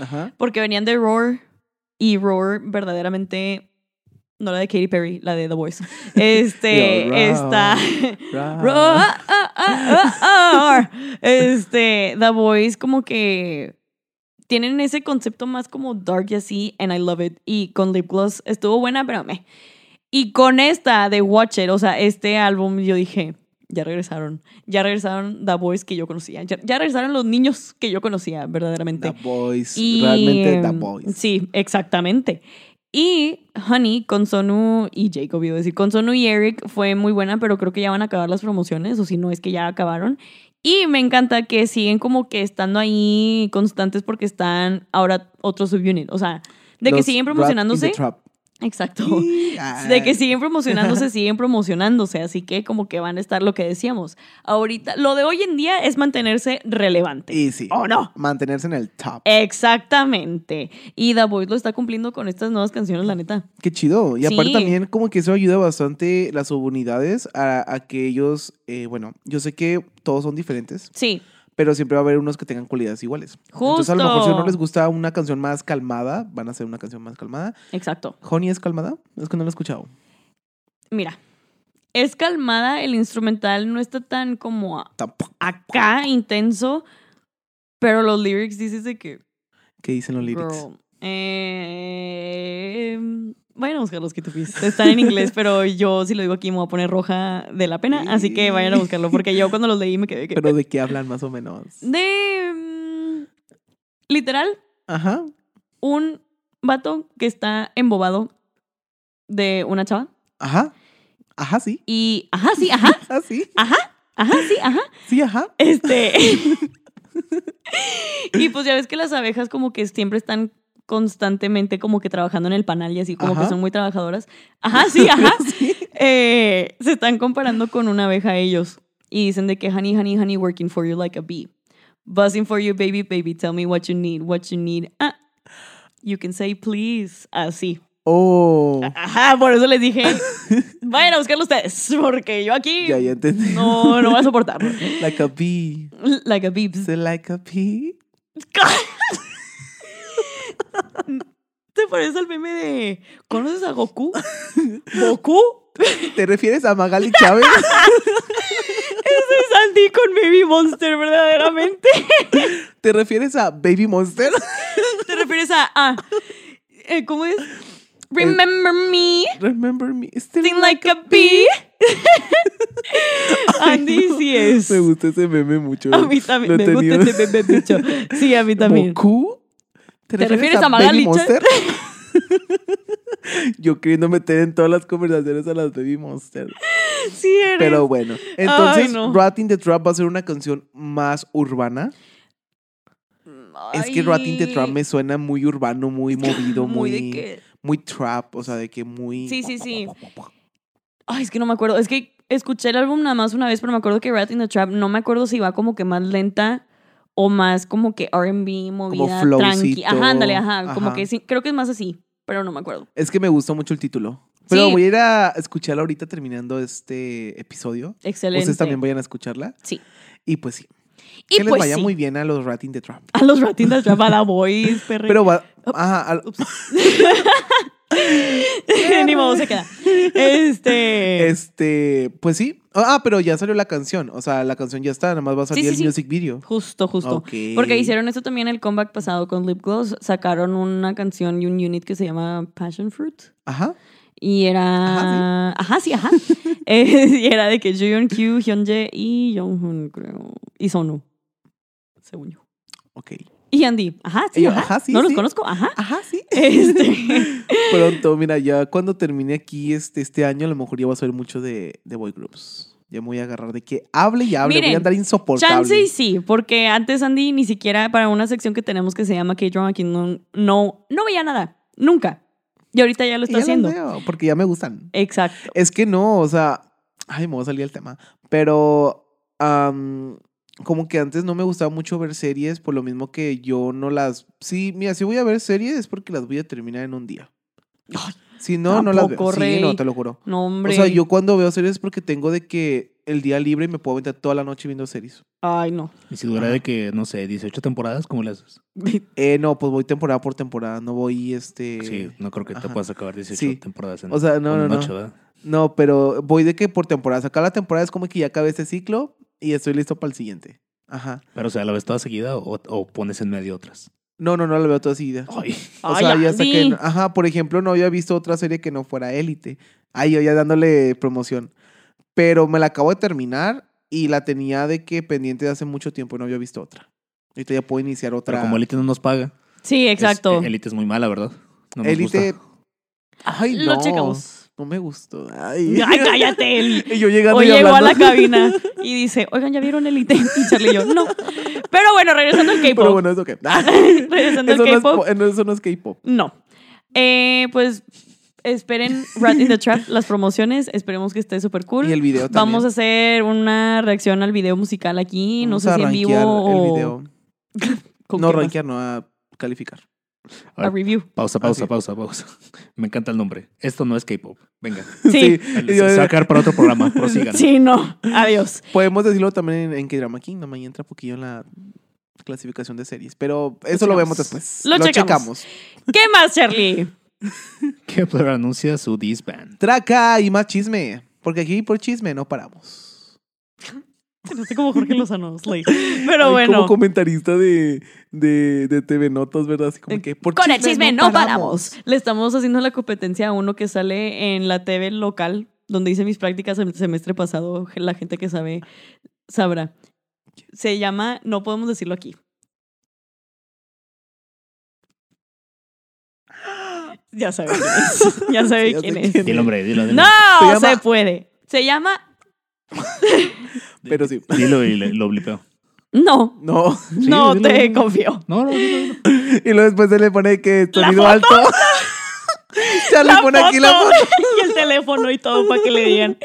[SPEAKER 2] Ajá.
[SPEAKER 1] Porque venían de Roar y Roar verdaderamente, no la de Katy Perry, la de The
[SPEAKER 2] *laughs*
[SPEAKER 1] Voice.
[SPEAKER 2] Yo,
[SPEAKER 1] Este,
[SPEAKER 2] Roar. Ah.
[SPEAKER 1] está...
[SPEAKER 2] Ra-
[SPEAKER 1] *laughs* Roar, roar. Este, The Boys como que tienen ese concepto más como dark y así, and I love it. Y con Lip Gloss estuvo buena, pero me. Y con esta de Watch It, o sea, este álbum, yo dije, ya regresaron. Ya regresaron The Boys que yo conocía. Ya, ya regresaron los niños que yo conocía, verdaderamente.
[SPEAKER 2] The Boys.
[SPEAKER 1] Y,
[SPEAKER 2] Realmente The
[SPEAKER 1] em,
[SPEAKER 2] Boys.
[SPEAKER 1] Sí, exactamente. Y Honey con Sonu y Jacob, iba a decir, con Sonu y Eric fue muy buena, pero creo que ya van a acabar las promociones, o si no es que ya acabaron. Y me encanta que siguen como que estando ahí constantes porque están ahora otro subunit, o sea, de que
[SPEAKER 2] Los
[SPEAKER 1] siguen
[SPEAKER 2] Rap in the
[SPEAKER 1] promocionándose.
[SPEAKER 2] Trap.
[SPEAKER 1] Exacto.
[SPEAKER 2] Ah.
[SPEAKER 1] *laughs* De que siguen
[SPEAKER 2] *laughs*
[SPEAKER 1] promocionándose, siguen promocionándose, así que como que van a estar lo que decíamos. Ahorita, lo de hoy en día es mantenerse relevante.
[SPEAKER 2] Y sí.
[SPEAKER 1] ¿O no?
[SPEAKER 2] Mantenerse en el top.
[SPEAKER 1] Exactamente. Y The Voice lo está cumpliendo con estas nuevas canciones, la neta.
[SPEAKER 2] Qué chido. Y aparte
[SPEAKER 1] Sí.
[SPEAKER 2] también como que eso ayuda bastante las subunidades a, a que ellos, eh, bueno, yo sé que todos son diferentes,
[SPEAKER 1] Sí,
[SPEAKER 2] pero siempre va a haber unos que tengan cualidades iguales. Entonces a lo
[SPEAKER 1] Justo.
[SPEAKER 2] mejor si no les gusta una canción más calmada, van a hacer una canción más calmada.
[SPEAKER 1] exacto.
[SPEAKER 2] ¿Honey es calmada? Es que no la he escuchado.
[SPEAKER 1] Mira, es calmada, el instrumental no está tan como a-
[SPEAKER 2] Tampoco.
[SPEAKER 1] acá intenso, pero los lyrics dices de que.
[SPEAKER 2] ¿Qué dicen los lyrics?
[SPEAKER 1] Girl, eh, vayan a buscar los que tú pides. Están en inglés, pero yo si lo digo aquí me voy a poner roja de la pena, así que vayan a buscarlo, porque yo cuando los leí me quedé que.
[SPEAKER 2] Pero de qué hablan más o menos.
[SPEAKER 1] De. mm, literal,
[SPEAKER 2] Ajá.
[SPEAKER 1] un vato que está embobado de una chava
[SPEAKER 2] Ajá. Ajá, sí.
[SPEAKER 1] y ajá, sí,
[SPEAKER 2] *laughs*
[SPEAKER 1] ajá,
[SPEAKER 2] Ajá, sí.
[SPEAKER 1] ajá, sí, ajá.
[SPEAKER 2] Sí, ajá.
[SPEAKER 1] Este *laughs* Y pues ya ves que las abejas como que siempre están constantemente como que trabajando en el panal y así como
[SPEAKER 2] Ajá.
[SPEAKER 1] que son muy trabajadoras. Ajá, sí, ajá.
[SPEAKER 2] *laughs* Sí.
[SPEAKER 1] Eh, se están comparando con una abeja ellos y dicen de que honey, honey, honey, working for you like a bee. Buzzing for you, baby, baby, tell me what you need, what you need. Ah, you can say please. Así.
[SPEAKER 2] Oh.
[SPEAKER 1] Ajá, por eso les
[SPEAKER 2] *laughs*
[SPEAKER 1] dije, vayan a buscarlo ustedes, porque yo aquí
[SPEAKER 2] Ya, ya entendí.
[SPEAKER 1] no, no voy a
[SPEAKER 2] *laughs*
[SPEAKER 1] soportar.
[SPEAKER 2] Like a bee.
[SPEAKER 1] Like a beeps.
[SPEAKER 2] Say like a bee.
[SPEAKER 1] ¿Te parece al meme de, ¿conoces a
[SPEAKER 2] *laughs*
[SPEAKER 1] Goku? ¿Goku?
[SPEAKER 2] ¿Te refieres a Magali
[SPEAKER 1] *laughs*
[SPEAKER 2] Chávez?
[SPEAKER 1] Ese es Andy con Baby Monster, verdaderamente. *laughs*
[SPEAKER 2] ¿Te refieres a Baby Monster?
[SPEAKER 1] ¿Te refieres a, a eh, ¿cómo es? Remember me,
[SPEAKER 2] Remember me. Este Still
[SPEAKER 1] sing like a *laughs* bee. Andy sí es.
[SPEAKER 2] Me gusta ese meme mucho.
[SPEAKER 1] A mí
[SPEAKER 2] Lo he
[SPEAKER 1] también, me gusta
[SPEAKER 2] tenido.
[SPEAKER 1] ese meme bicho.
[SPEAKER 2] *laughs*
[SPEAKER 1] Sí, a mí también.
[SPEAKER 2] ¿Goku?
[SPEAKER 1] ¿Te refieres a Magali
[SPEAKER 2] Baby Monster? *laughs* Yo queriendo meter en todas las conversaciones a las Baby Monster.
[SPEAKER 1] Sí eres.
[SPEAKER 2] Pero bueno. Entonces,
[SPEAKER 1] no.
[SPEAKER 2] Rat in the Trap va a ser una canción más urbana. Es que Rat in the Trap me suena muy urbano, muy
[SPEAKER 1] *clears throat*
[SPEAKER 2] movido, muy, muy,
[SPEAKER 1] de que...
[SPEAKER 2] trap. O sea, de que muy.
[SPEAKER 1] Sí, sí, sí. Ay, es que no me acuerdo. Es que escuché el álbum nada más una vez, pero me acuerdo que Rat in the Trap, no me acuerdo si va como que más lenta o más como que R&B, movida, tranqui.
[SPEAKER 2] flowcito.
[SPEAKER 1] Ajá, ándale, ajá. Como
[SPEAKER 2] Ajá.
[SPEAKER 1] que sí, creo que es más así, pero no me acuerdo.
[SPEAKER 2] Es que me gustó mucho el título. Pero
[SPEAKER 1] Sí.
[SPEAKER 2] voy a ir a escucharla ahorita terminando este episodio.
[SPEAKER 1] Excelente.
[SPEAKER 2] Ustedes también vayan a escucharla.
[SPEAKER 1] Sí.
[SPEAKER 2] Y pues sí.
[SPEAKER 1] Y
[SPEAKER 2] que les
[SPEAKER 1] pues
[SPEAKER 2] vaya
[SPEAKER 1] sí,
[SPEAKER 2] muy bien a los Rat in the Trap.
[SPEAKER 1] *laughs* a los Rat in the Trap, a la
[SPEAKER 2] *laughs*
[SPEAKER 1] Boys, perre.
[SPEAKER 2] Pero va. Ajá, al-
[SPEAKER 1] *laughs* Ni modo, se queda. Este...
[SPEAKER 2] este. Pues sí. Ah, pero ya salió la canción. O sea, la canción ya está. Nada más va a salir
[SPEAKER 1] sí,
[SPEAKER 2] el
[SPEAKER 1] sí.
[SPEAKER 2] music video.
[SPEAKER 1] Justo, justo.
[SPEAKER 2] Ok.
[SPEAKER 1] Porque hicieron esto también el comeback pasado con Lip Gloss. Sacaron una canción y un unit que se llama Passion Fruit.
[SPEAKER 2] Ajá.
[SPEAKER 1] Y era. Ajá, sí, ajá. *laughs* Eh, y era de que Juyeon Q, Hyunjae y Jonghoon, creo. Y Sonu. Según yo.
[SPEAKER 2] Ok.
[SPEAKER 1] Y Andy. Ajá, sí.
[SPEAKER 2] Y yo,
[SPEAKER 1] ajá.
[SPEAKER 2] ajá, sí,
[SPEAKER 1] No los
[SPEAKER 2] sí.
[SPEAKER 1] conozco.
[SPEAKER 2] *laughs*
[SPEAKER 1] Ajá.
[SPEAKER 2] Ajá, sí.
[SPEAKER 1] Este.
[SPEAKER 2] Pronto, mira, ya cuando termine aquí este, este año, a lo mejor ya va a salir mucho de, de boy groups. Ya me voy a agarrar de que hable y hable. voy
[SPEAKER 1] Miren,
[SPEAKER 2] a andar
[SPEAKER 1] Chance y
[SPEAKER 2] insoportable.
[SPEAKER 1] sí, porque antes Andy ni siquiera para una sección que tenemos que se llama K-Drama aquí no, no, no veía nada. Nunca. Y ahorita ya lo
[SPEAKER 2] Y
[SPEAKER 1] está
[SPEAKER 2] ya las
[SPEAKER 1] haciendo.
[SPEAKER 2] veo, porque ya me gustan.
[SPEAKER 1] Exacto.
[SPEAKER 2] Es que no, o sea, ay, me voy a salir del tema. Pero am, como que antes no me gustaba mucho ver series, por lo mismo que yo no las... Sí, mira, si voy a ver series es porque las voy a terminar en un día. Si no, no las veo.
[SPEAKER 1] Tampoco,
[SPEAKER 2] Sí, no,
[SPEAKER 1] rey.
[SPEAKER 2] te lo juro.
[SPEAKER 1] No, hombre.
[SPEAKER 2] O sea, yo cuando veo series es porque tengo de que el día libre y me puedo aventar toda la noche viendo series.
[SPEAKER 1] Ay,
[SPEAKER 2] *laughs*
[SPEAKER 1] no.
[SPEAKER 5] Y si dura de que, no sé, 18 temporadas, ¿cómo le haces?
[SPEAKER 2] Eh, no, pues voy temporada por temporada, no voy este...
[SPEAKER 5] Sí, no creo que te
[SPEAKER 2] ajá.
[SPEAKER 5] puedas acabar 18
[SPEAKER 2] Sí.
[SPEAKER 5] temporadas en
[SPEAKER 2] O sea, no,
[SPEAKER 5] una
[SPEAKER 2] no, no.
[SPEAKER 5] noche, ¿verdad?
[SPEAKER 2] No, pero voy de que por temporadas. Acá la temporada es como que ya acabé este ciclo y estoy listo para el siguiente. Ajá.
[SPEAKER 5] Pero, o sea, ¿la ves toda seguida o, o pones en medio otras?
[SPEAKER 2] No, no, no la veo toda seguida.
[SPEAKER 5] Ay,
[SPEAKER 2] O
[SPEAKER 1] Ay,
[SPEAKER 2] sea, ya hasta que.
[SPEAKER 1] Andy.
[SPEAKER 2] Ajá, por ejemplo, no había visto otra serie que no fuera Élite. Ay, yo ya dándole promoción. Pero me la acabo de terminar y la tenía de que pendiente de hace mucho tiempo y no había visto otra. Ahorita ya puedo iniciar
[SPEAKER 5] pero
[SPEAKER 2] otra.
[SPEAKER 5] como Elite no nos paga.
[SPEAKER 2] Este,
[SPEAKER 1] Sí, exacto.
[SPEAKER 5] Es, Elite es muy mala, ¿verdad? No nos
[SPEAKER 2] Élite.
[SPEAKER 5] gusta.
[SPEAKER 2] Ay, no.
[SPEAKER 1] Lo checamos.
[SPEAKER 2] No me gustó. Ay,
[SPEAKER 1] Ay, cállate. El...
[SPEAKER 2] *laughs* Y yo llegando
[SPEAKER 1] Hoy
[SPEAKER 2] y
[SPEAKER 1] llegó a la
[SPEAKER 2] hablando. *laughs*
[SPEAKER 1] cabina y dice, oigan, ¿ya vieron Elite? Y Charlie y yo, no. Pero bueno, regresando al K-pop.
[SPEAKER 2] Pero bueno, *laughs* eso que.
[SPEAKER 1] *laughs* regresando al
[SPEAKER 2] Eso no es
[SPEAKER 1] K-pop.
[SPEAKER 2] po- no, eso no es K-pop.
[SPEAKER 1] No. Eh, pues esperen Rat in the Trap, las promociones. Esperemos que esté súper cool.
[SPEAKER 2] Y el video también.
[SPEAKER 1] Vamos a hacer una reacción al video musical aquí.
[SPEAKER 2] Vamos
[SPEAKER 1] no
[SPEAKER 2] a
[SPEAKER 1] sé si en vivo
[SPEAKER 2] rankear
[SPEAKER 1] o.
[SPEAKER 2] el video.
[SPEAKER 1] con
[SPEAKER 2] No
[SPEAKER 1] qué más.
[SPEAKER 2] rankear, no a calificar.
[SPEAKER 5] A ver,
[SPEAKER 1] A
[SPEAKER 2] *laughs*
[SPEAKER 1] review.
[SPEAKER 5] Pausa, pausa,
[SPEAKER 2] Ah, sí.
[SPEAKER 5] pausa, pausa. *laughs* Me encanta el nombre. Esto no es K-pop.
[SPEAKER 2] *laughs*
[SPEAKER 5] Venga.
[SPEAKER 1] Sí.
[SPEAKER 5] Se se va a quedar para otro programa.
[SPEAKER 1] *laughs*
[SPEAKER 5] Prosigan.
[SPEAKER 1] Sí, no. Adiós.
[SPEAKER 2] Podemos decirlo también en, en K-Drama Kingdom. Ahí entra poquillo en la clasificación de series. Pero eso lo,
[SPEAKER 1] checamos.
[SPEAKER 2] vemos después.
[SPEAKER 1] Lo checamos. ¿Qué más, Charlie?
[SPEAKER 5] Kepler anuncia su disband.
[SPEAKER 2] Traca y más chisme. Porque aquí por chisme no paramos.
[SPEAKER 1] No sé cómo Jorge Lozano. Slay. Pero
[SPEAKER 2] Ay,
[SPEAKER 1] bueno.
[SPEAKER 2] Como comentarista de, de, de TV Notas, ¿verdad? Así como que por
[SPEAKER 1] Eh, Con el
[SPEAKER 2] chismes
[SPEAKER 1] chisme no paramos. Le estamos haciendo la competencia a uno que sale en la TV local, donde hice mis prácticas el semestre pasado. La gente que sabe sabrá. Se llama No podemos decirlo aquí.
[SPEAKER 2] *gasps*
[SPEAKER 1] Ya sabe quién es. *laughs* Ya sabe
[SPEAKER 2] Sí, ya sé
[SPEAKER 1] quién
[SPEAKER 2] quién
[SPEAKER 1] es.
[SPEAKER 2] es.
[SPEAKER 5] Dilo, hombre, dilo. dilo.
[SPEAKER 1] ¡No!
[SPEAKER 2] Se
[SPEAKER 1] Se,
[SPEAKER 2] llama-
[SPEAKER 1] puede. Se llama.
[SPEAKER 2] Pero sí.
[SPEAKER 5] Dilo y le- lo blipeo.
[SPEAKER 1] No.
[SPEAKER 2] No. *laughs*
[SPEAKER 1] no
[SPEAKER 5] dilo,
[SPEAKER 1] te
[SPEAKER 5] dilo.
[SPEAKER 1] confío.
[SPEAKER 5] No, no, dilo, dilo.
[SPEAKER 2] Y luego después se le pone que
[SPEAKER 1] La
[SPEAKER 2] sonido alto.
[SPEAKER 1] *laughs*
[SPEAKER 2] *laughs* Charlie
[SPEAKER 1] la
[SPEAKER 2] pone aquí la
[SPEAKER 1] foto
[SPEAKER 2] foto.
[SPEAKER 1] *laughs* y el teléfono y todo para que le digan.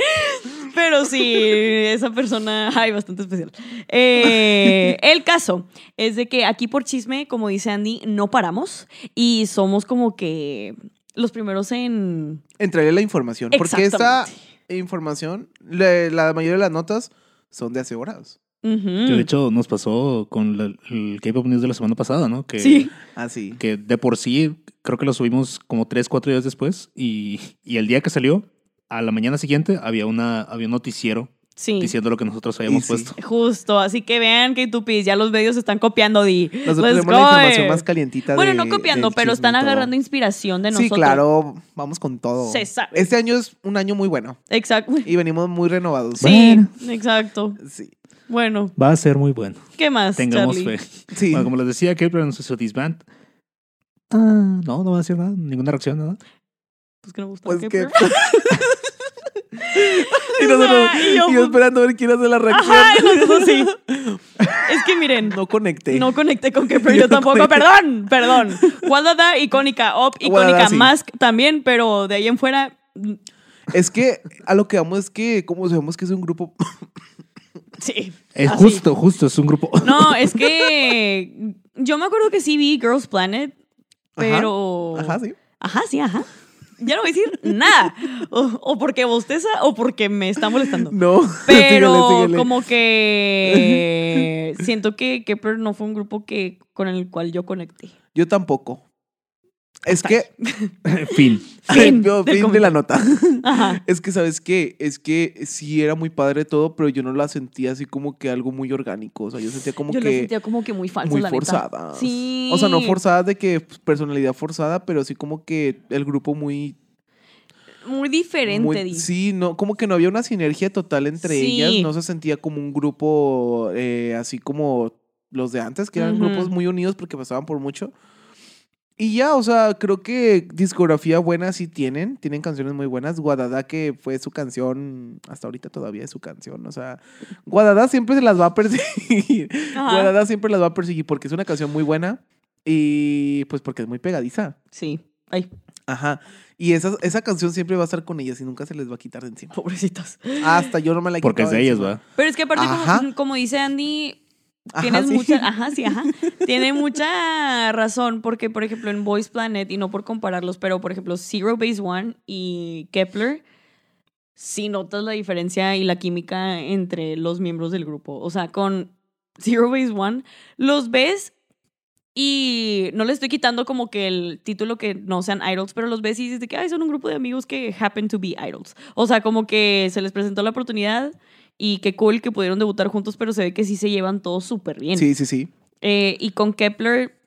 [SPEAKER 1] Pero sí, esa persona, ay, bastante especial. Eh, el caso es de que aquí por chisme, como dice Andy, no paramos y somos como que los primeros en...
[SPEAKER 2] Entraré la información. Porque esta información, le- la mayoría de las notas son de hace horas.
[SPEAKER 1] Ujú.
[SPEAKER 5] Que de hecho nos pasó con la- el K-pop News de la semana pasada, ¿no? Que,
[SPEAKER 1] Sí.
[SPEAKER 2] Así.
[SPEAKER 5] que de por sí creo que lo subimos como 3, 4 días después y, y el día que salió, a la mañana siguiente, había, una, había un noticiero
[SPEAKER 1] Sí.
[SPEAKER 5] diciendo lo que nosotros habíamos
[SPEAKER 2] sí.
[SPEAKER 5] puesto.
[SPEAKER 1] Justo, así que vean que tupis, ya los medios están copiando Di.
[SPEAKER 2] Nosotros
[SPEAKER 1] Let's
[SPEAKER 2] tenemos la información
[SPEAKER 1] go.
[SPEAKER 2] más calientita
[SPEAKER 1] Bueno,
[SPEAKER 2] de-
[SPEAKER 1] no copiando,
[SPEAKER 2] del
[SPEAKER 1] pero
[SPEAKER 2] chisme
[SPEAKER 1] están
[SPEAKER 2] y todo.
[SPEAKER 1] agarrando inspiración de nosotros.
[SPEAKER 2] Sí, claro, vamos con todo.
[SPEAKER 1] Se sabe.
[SPEAKER 2] Este año es un año muy bueno
[SPEAKER 1] Exacto.
[SPEAKER 2] y venimos muy renovados.
[SPEAKER 1] Sí,
[SPEAKER 5] Bueno.
[SPEAKER 1] exacto.
[SPEAKER 2] Sí.
[SPEAKER 1] Bueno,
[SPEAKER 5] Va a ser muy bueno.
[SPEAKER 1] ¿qué más?
[SPEAKER 5] Tengamos
[SPEAKER 1] Pues, Charlie?
[SPEAKER 5] fe.
[SPEAKER 2] Sí.
[SPEAKER 5] Bueno, como les decía, Kepler anunció su disband. Ah, no, no va a decir nada, ninguna reacción, nada.
[SPEAKER 1] Pues que no gusta.
[SPEAKER 2] Pues
[SPEAKER 1] ¿qué?
[SPEAKER 2] que.
[SPEAKER 1] Pero-
[SPEAKER 2] *laughs* y nosotros.
[SPEAKER 1] O sea,
[SPEAKER 2] Y
[SPEAKER 1] y yo- pues-
[SPEAKER 2] yo, esperando a ver quién hace la
[SPEAKER 1] *laughs*
[SPEAKER 2] reacción.
[SPEAKER 1] Ajá, y nosotros sí. Es que miren, Ah. no,
[SPEAKER 2] No conecté.
[SPEAKER 1] conecté con que pero yo
[SPEAKER 2] Yo no
[SPEAKER 1] tampoco.
[SPEAKER 2] conecté.
[SPEAKER 1] Perdón, perdón. Wadada, icónica. Op, icónica.
[SPEAKER 2] Wadada, sí.
[SPEAKER 1] Mask también, pero de ahí en fuera. mm,
[SPEAKER 2] Es que a lo que vamos es que, como sabemos que es un grupo.
[SPEAKER 1] Sí.
[SPEAKER 5] Es
[SPEAKER 1] así.
[SPEAKER 5] justo, justo, es un grupo.
[SPEAKER 1] No, es que. Yo me acuerdo que sí vi Girls Planet, pero.
[SPEAKER 2] Ajá, sí.
[SPEAKER 1] Ajá, sí, ajá. Ya no voy a decir nada. O, o porque bosteza o porque me está molestando.
[SPEAKER 2] No.
[SPEAKER 1] *laughs* Pero
[SPEAKER 2] *laughs* síguele, síguele.
[SPEAKER 1] como
[SPEAKER 2] *laughs*
[SPEAKER 1] que siento que Kepler no fue un grupo que con el cual yo conecté.
[SPEAKER 2] Yo tampoco. Es que.
[SPEAKER 5] fin.
[SPEAKER 1] Fin
[SPEAKER 2] Yo-
[SPEAKER 1] del
[SPEAKER 2] *laughs* fin de la
[SPEAKER 1] comentario.
[SPEAKER 2] nota.
[SPEAKER 1] Ajá.
[SPEAKER 2] *laughs* Es que, ¿sabes qué? Es que sí era muy padre todo, pero yo no la sentía así como que algo muy orgánico. O sea, yo sentía como
[SPEAKER 1] Yo
[SPEAKER 2] que.
[SPEAKER 1] lo sentía como que muy falso,
[SPEAKER 2] muy
[SPEAKER 1] la neta.
[SPEAKER 2] forzadas.
[SPEAKER 1] Sí.
[SPEAKER 2] O sea, no forzadas de que pues, personalidad forzada, pero sí como que el grupo muy.
[SPEAKER 1] Muy diferente,
[SPEAKER 2] muy-
[SPEAKER 1] Di.
[SPEAKER 2] sí, no, como que no había una sinergia total entre
[SPEAKER 1] Sí.
[SPEAKER 2] ellas. No se sentía como un grupo eh, así como los de antes, que eran
[SPEAKER 1] Ujú.
[SPEAKER 2] grupos muy unidos porque pasaban por mucho. Y ya, o sea, creo que discografía buena sí tienen, tienen canciones muy buenas. Guadada, que fue su canción, hasta ahorita todavía es su canción, o sea, Guadada siempre se las va a perseguir. *laughs*
[SPEAKER 1] Ajá.
[SPEAKER 2] Guadalajara siempre las va a perseguir porque es una canción muy buena y pues porque es muy pegadiza.
[SPEAKER 1] Sí. Ay,
[SPEAKER 2] Ajá. Y esa, esa canción siempre va a estar con ellas y nunca se les va a quitar de encima.
[SPEAKER 1] pobrecitas.
[SPEAKER 2] Hasta yo no me la he
[SPEAKER 5] Porque es
[SPEAKER 2] quitado
[SPEAKER 5] de ellas,
[SPEAKER 2] encima.
[SPEAKER 5] ¿verdad?
[SPEAKER 1] Pero es que aparte, como,
[SPEAKER 2] Ajá.
[SPEAKER 1] como dice Andy,
[SPEAKER 2] Ajá,
[SPEAKER 1] Tienes
[SPEAKER 2] sí.
[SPEAKER 1] mucha, ah, ajá, sí, ajá. Tiene mucha razón porque, por ejemplo, en Voice Planet, y no por compararlos, pero por ejemplo, Zero Base One y Kepler, sí notas la diferencia y la química entre los miembros del grupo. O sea, con Zero Base One, los ves y no le estoy quitando como que el título que no sean idols, pero los ves y dices de que "Ay, son un grupo de amigos que happen to be idols. O sea, como que se les presentó la oportunidad y qué cool que pudieron debutar juntos, pero se ve que sí se llevan todos súper bien.
[SPEAKER 2] Sí, sí, sí.
[SPEAKER 1] Eh, y con Kepler,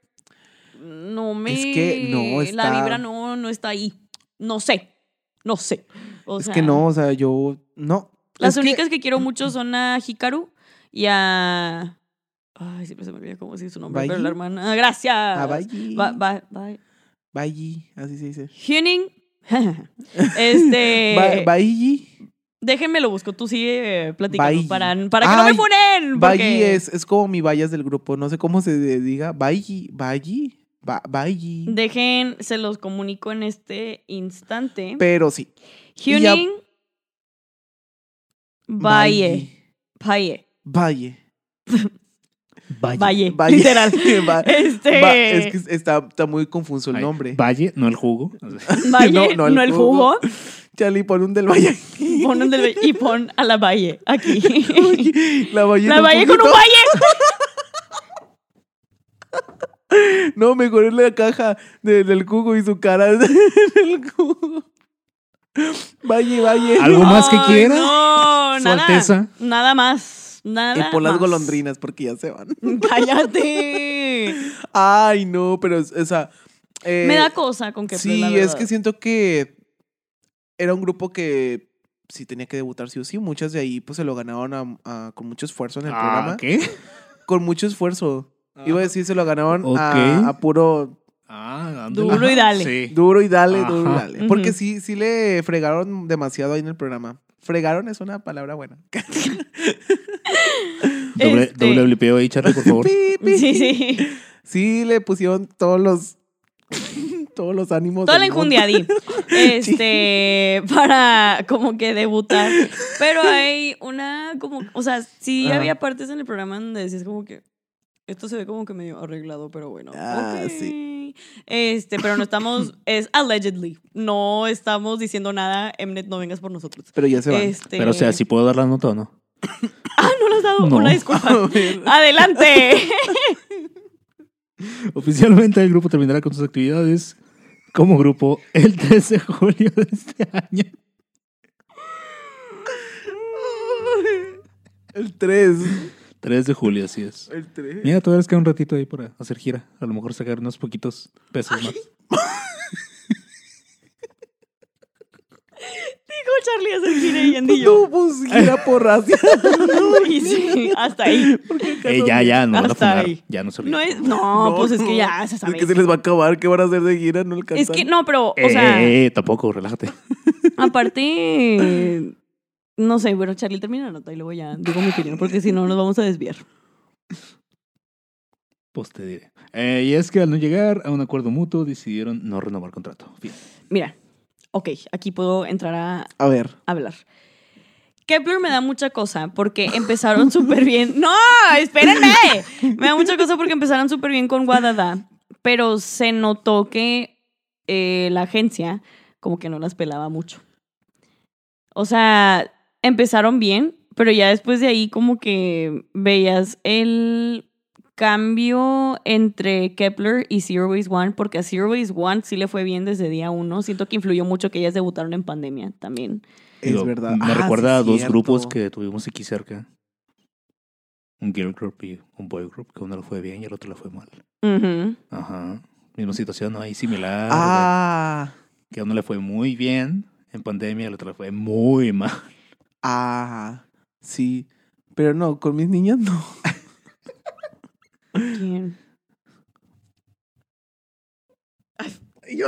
[SPEAKER 1] no me.
[SPEAKER 2] Es que no está-
[SPEAKER 1] La vibra no, no está ahí. No sé. No sé. O
[SPEAKER 2] es
[SPEAKER 1] sea,
[SPEAKER 2] que no, o sea, yo. No.
[SPEAKER 1] Las
[SPEAKER 2] Es que- mm,
[SPEAKER 1] únicas que... quiero mucho son a Hikaru y a. Ay, siempre se me olvida cómo decir su nombre, pero
[SPEAKER 2] ¿Bayi?
[SPEAKER 1] la hermana. Ah, Gracias.
[SPEAKER 2] A Bayi.
[SPEAKER 1] Ba- ba- ba-
[SPEAKER 2] Bayi, así se dice.
[SPEAKER 1] Hyuning. *laughs* este.
[SPEAKER 2] *laughs* Ba- Bayi.
[SPEAKER 1] Déjenme lo busco, tú sigue eh, platicando
[SPEAKER 2] Bayi.
[SPEAKER 1] para, para que no me
[SPEAKER 2] Ay,
[SPEAKER 1] funen. porque-
[SPEAKER 2] Bayi es, es como mi vallas del grupo. No sé cómo se de- diga. Bayi. Bayi. Ba- Bayi.
[SPEAKER 1] Dejen, se los comunico en este instante.
[SPEAKER 2] Pero sí. Y ya-
[SPEAKER 1] Hyuning Valle. Valle.
[SPEAKER 2] Valle.
[SPEAKER 5] Valle.
[SPEAKER 1] Valle.
[SPEAKER 2] Valle. *laughs*
[SPEAKER 1] Literal.
[SPEAKER 2] Va-
[SPEAKER 1] Este.
[SPEAKER 2] Va- es que está, está muy confuso el
[SPEAKER 5] Ay,
[SPEAKER 2] nombre.
[SPEAKER 5] Valle, no el
[SPEAKER 2] *laughs*
[SPEAKER 5] jugo.
[SPEAKER 1] Valle,
[SPEAKER 2] no,
[SPEAKER 1] no,
[SPEAKER 2] no el
[SPEAKER 1] el jugo.
[SPEAKER 2] Charlie, pon un del
[SPEAKER 1] *laughs*
[SPEAKER 2] Valle.
[SPEAKER 1] Pon un del- y pon a la Valle aquí.
[SPEAKER 2] *laughs* Oye, la Valle.
[SPEAKER 1] la
[SPEAKER 2] está
[SPEAKER 1] Valle con un
[SPEAKER 2] poquito-
[SPEAKER 1] Valle.
[SPEAKER 2] No, mejor es la caja de- del cuco y su cara *laughs* en el cuco. Valle, Valle.
[SPEAKER 5] Algo más que
[SPEAKER 1] Ay,
[SPEAKER 5] quiera.
[SPEAKER 1] No,
[SPEAKER 5] Su
[SPEAKER 1] nada.
[SPEAKER 5] Alteza.
[SPEAKER 1] Nada más. Nada.
[SPEAKER 2] Y por las
[SPEAKER 1] más.
[SPEAKER 2] golondrinas, porque ya se van.
[SPEAKER 1] *laughs*
[SPEAKER 2] *laughs*
[SPEAKER 1] Cállate.
[SPEAKER 2] Ay, no, pero, es- o sea. eh,
[SPEAKER 1] Me da cosa con que
[SPEAKER 2] Sí,
[SPEAKER 1] la
[SPEAKER 2] es
[SPEAKER 1] verdad.
[SPEAKER 2] que siento que era un grupo que sí tenía que debutar, sí o sí. Muchas de ahí, pues se lo ganaron a- a- con mucho esfuerzo en el
[SPEAKER 5] Ah,
[SPEAKER 2] programa.
[SPEAKER 5] ¿qué?
[SPEAKER 2] Con mucho esfuerzo.
[SPEAKER 5] Ah,
[SPEAKER 1] Ah.
[SPEAKER 2] Iba a decir, se lo ganaron a-
[SPEAKER 5] Ok.
[SPEAKER 2] a, puro
[SPEAKER 5] Ah, dándole.
[SPEAKER 1] Duro y dale.
[SPEAKER 5] Sí.
[SPEAKER 2] duro y dale, duro y
[SPEAKER 5] Ajá.
[SPEAKER 2] dale. Porque
[SPEAKER 1] Ujú.
[SPEAKER 2] sí, sí le fregaron demasiado ahí en el programa. Fregaron es una palabra buena.
[SPEAKER 5] Doble,
[SPEAKER 1] Este-
[SPEAKER 5] doble blipeo ahí, Charlie, por favor.
[SPEAKER 2] Pi, pi.
[SPEAKER 1] *laughs* Sí, sí.
[SPEAKER 2] Sí, le pusieron todos los *laughs* todos los ánimos.
[SPEAKER 1] Toda
[SPEAKER 2] del
[SPEAKER 1] la
[SPEAKER 2] mundo.
[SPEAKER 1] enjundia
[SPEAKER 2] *laughs*
[SPEAKER 1] di. Este, para como que debutar. Pero hay una como, o sea, sí
[SPEAKER 2] Ajá.
[SPEAKER 1] había partes en el programa donde decías como que esto se ve como que medio arreglado, pero bueno.
[SPEAKER 2] Ah,
[SPEAKER 1] ok.
[SPEAKER 2] sí.
[SPEAKER 1] Este, pero no
[SPEAKER 2] *laughs*
[SPEAKER 1] estamos, es allegedly. No estamos diciendo nada, Mnet, no vengas por nosotros.
[SPEAKER 2] Pero ya se van.
[SPEAKER 1] Este,
[SPEAKER 5] Pero, o sea, si puedo dar la nota o no. *laughs*
[SPEAKER 1] Ah, no nos has dado
[SPEAKER 5] No.
[SPEAKER 1] una
[SPEAKER 2] *laughs* A
[SPEAKER 1] disculpa.
[SPEAKER 2] ver.
[SPEAKER 1] Adelante.
[SPEAKER 5] Oficialmente el grupo terminará con sus actividades como grupo el 3 de julio de este año.
[SPEAKER 2] *laughs*
[SPEAKER 5] *laughs*
[SPEAKER 2] El 3.
[SPEAKER 5] 3 de julio, así es.
[SPEAKER 2] El 3.
[SPEAKER 5] Mira, todavía les queda un ratito ahí para hacer gira. A lo mejor sacar unos poquitos pesos
[SPEAKER 1] *laughs*
[SPEAKER 5] más.
[SPEAKER 1] Dijo Charlie a hacer gira y Andy y yo. Pues,
[SPEAKER 2] No, pues *laughs* gira
[SPEAKER 1] *laughs*
[SPEAKER 2] por Asia.
[SPEAKER 1] Y sí, hasta ahí.
[SPEAKER 5] Eh, ya, ya, no van a
[SPEAKER 1] Hasta
[SPEAKER 5] funar.
[SPEAKER 1] ahí.
[SPEAKER 5] Ya no se
[SPEAKER 1] No,
[SPEAKER 5] ríen.
[SPEAKER 1] es, no, pues es que ya se
[SPEAKER 2] Es
[SPEAKER 1] sabe.
[SPEAKER 2] que se les va a acabar. ¿Qué van a hacer de gira? No alcanzan.
[SPEAKER 1] Es que no, pero, o
[SPEAKER 5] Eh,
[SPEAKER 1] sea,
[SPEAKER 5] eh, eh, tampoco, relájate.
[SPEAKER 1] aparte, no sé, bueno, Charlie termina la nota y luego ya digo mi opinión, porque si no nos vamos a desviar.
[SPEAKER 5] Pues te diré. Eh, y es que al no llegar a un acuerdo mutuo decidieron no renovar contrato. Fin.
[SPEAKER 1] Mira, ok, aquí puedo entrar a
[SPEAKER 2] A ver.
[SPEAKER 1] hablar. Kepler me da mucha cosa porque empezaron súper bien. ¡No! ¡Espérenme! Me da mucha cosa porque empezaron súper bien con Guadada, pero se notó que eh, la agencia como que no las pelaba mucho. O sea, empezaron bien, pero ya después de ahí como que veías el cambio entre Kepler y Zero Waste One, porque a Zero Waste One sí le fue bien desde día uno. Siento que influyó mucho que ellas debutaron en pandemia también.
[SPEAKER 2] Es
[SPEAKER 5] Digo,
[SPEAKER 2] verdad.
[SPEAKER 5] Me
[SPEAKER 2] Ah,
[SPEAKER 5] recuerda
[SPEAKER 2] sí,
[SPEAKER 5] a dos
[SPEAKER 2] cierto.
[SPEAKER 5] grupos que tuvimos aquí cerca. Un girl group y un boy group, que uno le fue bien y el otro le fue mal.
[SPEAKER 1] Ujú.
[SPEAKER 5] Ajá. Misma situación, ¿no? Ahí similar.
[SPEAKER 2] Ah.
[SPEAKER 5] de Que a uno le fue muy bien en pandemia y al otro le fue muy mal. *laughs*
[SPEAKER 2] Ah. Sí. Pero no, con mis niñas no.
[SPEAKER 1] ¿Quién? *laughs*
[SPEAKER 2] Yo-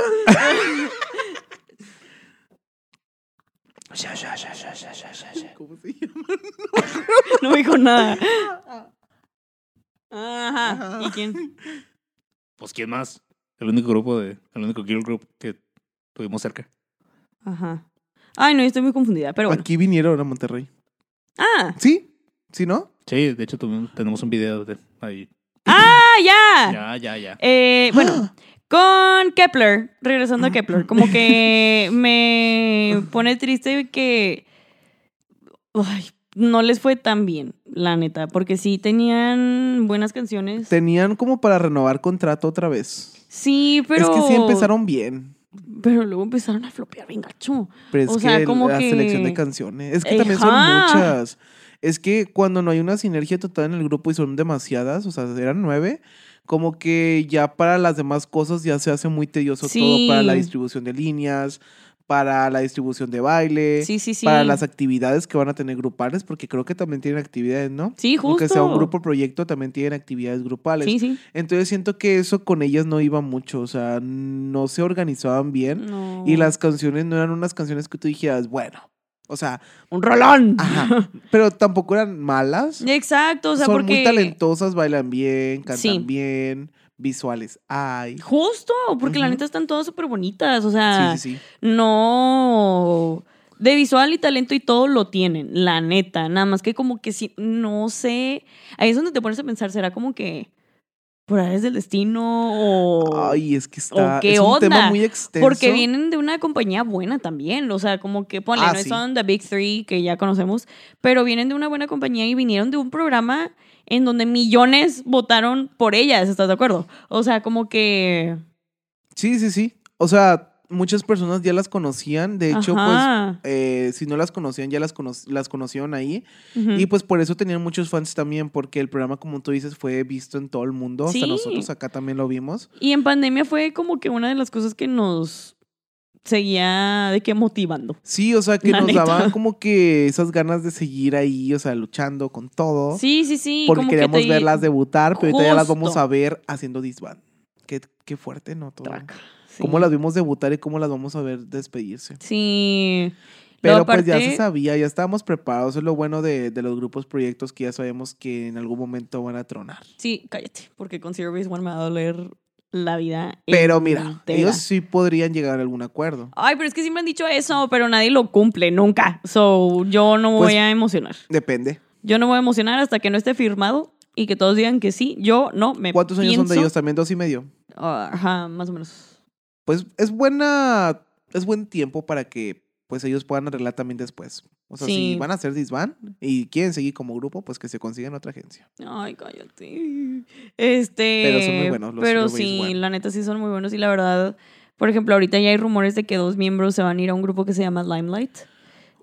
[SPEAKER 2] ¿Cómo se llama?
[SPEAKER 1] *laughs* No dijo nada. *laughs* Ajá. ¿Y quién?
[SPEAKER 5] Pues, ¿quién más? El único grupo de. El único girl group que tuvimos cerca.
[SPEAKER 1] Ajá. Ay, no, yo estoy muy confundida, pero bueno.
[SPEAKER 2] Aquí vinieron a Monterrey.
[SPEAKER 1] Ah,
[SPEAKER 2] ¿Sí? ¿Sí, no?
[SPEAKER 5] Sí, de hecho tuvimos- tenemos un video de ahí.
[SPEAKER 1] ¡Ah, ya!
[SPEAKER 5] Ya, ya, ya.
[SPEAKER 1] *gasps* Eh, bueno, con Kepler, regresando a Kepler, como *laughs* que me pone triste que ay, no les fue tan bien, la neta, porque sí tenían buenas canciones.
[SPEAKER 2] Tenían como para renovar contrato otra vez.
[SPEAKER 1] Sí, pero...
[SPEAKER 2] Es que sí empezaron bien.
[SPEAKER 1] Pero luego empezaron a flopear bien gacho.
[SPEAKER 2] Pero es
[SPEAKER 1] O sea,
[SPEAKER 2] que
[SPEAKER 1] como
[SPEAKER 2] la
[SPEAKER 1] que-
[SPEAKER 2] selección de canciones. Es que también son
[SPEAKER 1] Ejá.
[SPEAKER 2] muchas. Es que cuando no hay una sinergia total en el grupo y son demasiadas, o sea, eran nueve, como que ya para las demás cosas ya se hace muy tedioso todo
[SPEAKER 1] Sí.
[SPEAKER 2] para la distribución de líneas, para la distribución de baile,
[SPEAKER 1] Sí, sí, sí.
[SPEAKER 2] Eh, para las actividades que van a tener grupales, porque creo que también tienen actividades, ¿no?
[SPEAKER 1] Sí, justo.
[SPEAKER 2] Aunque sea un grupo proyecto, también tienen actividades grupales.
[SPEAKER 1] Sí, sí.
[SPEAKER 2] Entonces siento que eso con ellas no iba mucho, o sea, no se organizaban bien.
[SPEAKER 1] No.
[SPEAKER 2] Y las canciones no eran unas canciones que tú dijeras, bueno, o sea,
[SPEAKER 1] ¡Un rolón!
[SPEAKER 2] Ah,
[SPEAKER 1] *laughs*
[SPEAKER 2] ajá, pero tampoco eran malas.
[SPEAKER 1] Exacto, o sea,
[SPEAKER 2] Son
[SPEAKER 1] porque...
[SPEAKER 2] muy talentosas, bailan bien, cantan
[SPEAKER 1] Sí.
[SPEAKER 2] bien, visuales. Ay,
[SPEAKER 1] Justo, porque la
[SPEAKER 2] Ujú.
[SPEAKER 1] neta están todas súper bonitas, o sea...
[SPEAKER 2] sí, sí, sí.
[SPEAKER 1] No. De visual y talento y todo lo tienen, la neta. Nada más que como que si, no sé. Ahí es donde te pones a pensar, ¿será como que por ahí es del destino o...?
[SPEAKER 2] Ay, es que está.
[SPEAKER 1] ¿O qué
[SPEAKER 2] es un tema
[SPEAKER 1] onda?
[SPEAKER 2] muy extenso.
[SPEAKER 1] Porque vienen de una compañía buena también, o sea, como que ponle,
[SPEAKER 2] Ah,
[SPEAKER 1] no
[SPEAKER 2] sí.
[SPEAKER 1] son The Big Three que ya conocemos, pero vienen de una buena compañía y vinieron de un programa en donde millones votaron por ellas, ¿estás de acuerdo? O sea, como que...
[SPEAKER 2] Sí, sí, sí. O sea, muchas personas ya las conocían. De hecho,
[SPEAKER 1] Ajá.
[SPEAKER 2] pues, eh, si no las conocían, ya las, cono- las conocieron ahí.
[SPEAKER 1] Ujú.
[SPEAKER 2] Y pues por eso tenían muchos fans también, porque el programa, como tú dices, fue visto en todo el mundo. Hasta
[SPEAKER 1] Sí.
[SPEAKER 2] nosotros acá también lo vimos.
[SPEAKER 1] Y en pandemia fue como que una de las cosas que nos seguía de que motivando.
[SPEAKER 2] Sí, o sea, que
[SPEAKER 1] La
[SPEAKER 2] nos
[SPEAKER 1] neta.
[SPEAKER 2] daban como que esas ganas de seguir ahí, o sea, luchando con todo.
[SPEAKER 1] Sí, sí, sí.
[SPEAKER 2] porque
[SPEAKER 1] como
[SPEAKER 2] queríamos
[SPEAKER 1] que te-
[SPEAKER 2] verlas debutar, pero ahorita ya las vamos
[SPEAKER 1] Justo.
[SPEAKER 2] a ver haciendo disband. Qué, qué fuerte, ¿no? Todo.
[SPEAKER 1] Traca, sí.
[SPEAKER 2] Cómo las vimos debutar y cómo las vamos a ver despedirse.
[SPEAKER 1] Sí.
[SPEAKER 2] Pero
[SPEAKER 1] Luego,
[SPEAKER 2] pues ya
[SPEAKER 1] aparte-
[SPEAKER 2] se sabía, ya estábamos preparados. Es lo bueno de, de los grupos proyectos que ya sabemos que en algún momento van a tronar.
[SPEAKER 1] Sí, cállate, porque con Zero Base One me va a doler la vida.
[SPEAKER 2] Pero mira,
[SPEAKER 1] entera.
[SPEAKER 2] ellos sí podrían llegar a algún acuerdo.
[SPEAKER 1] Ay, pero es que sí me han dicho eso, pero nadie lo cumple, nunca. So, yo no
[SPEAKER 2] Pues-
[SPEAKER 1] voy a emocionar.
[SPEAKER 2] Depende.
[SPEAKER 1] Yo no voy a emocionar hasta que no esté firmado y que todos digan que sí. Yo no me
[SPEAKER 2] ¿Cuántos años son de
[SPEAKER 1] pienso-
[SPEAKER 2] ellos? También dos y medio.
[SPEAKER 1] Ajá, más o menos.
[SPEAKER 2] pues es buena, es buen tiempo para que pues ellos puedan arreglar también después. O sea, si
[SPEAKER 1] Sí.
[SPEAKER 2] van a hacer disband y quieren seguir como grupo, pues que se consigan otra agencia.
[SPEAKER 1] Ay, cállate. Este.
[SPEAKER 2] Pero son muy buenos, los
[SPEAKER 1] Pero
[SPEAKER 2] Zero Base
[SPEAKER 1] sí,
[SPEAKER 2] One.
[SPEAKER 1] la neta sí son muy buenos. Y la verdad, por ejemplo, ahorita ya hay rumores de que dos miembros se van a ir a un grupo que se llama Limelight.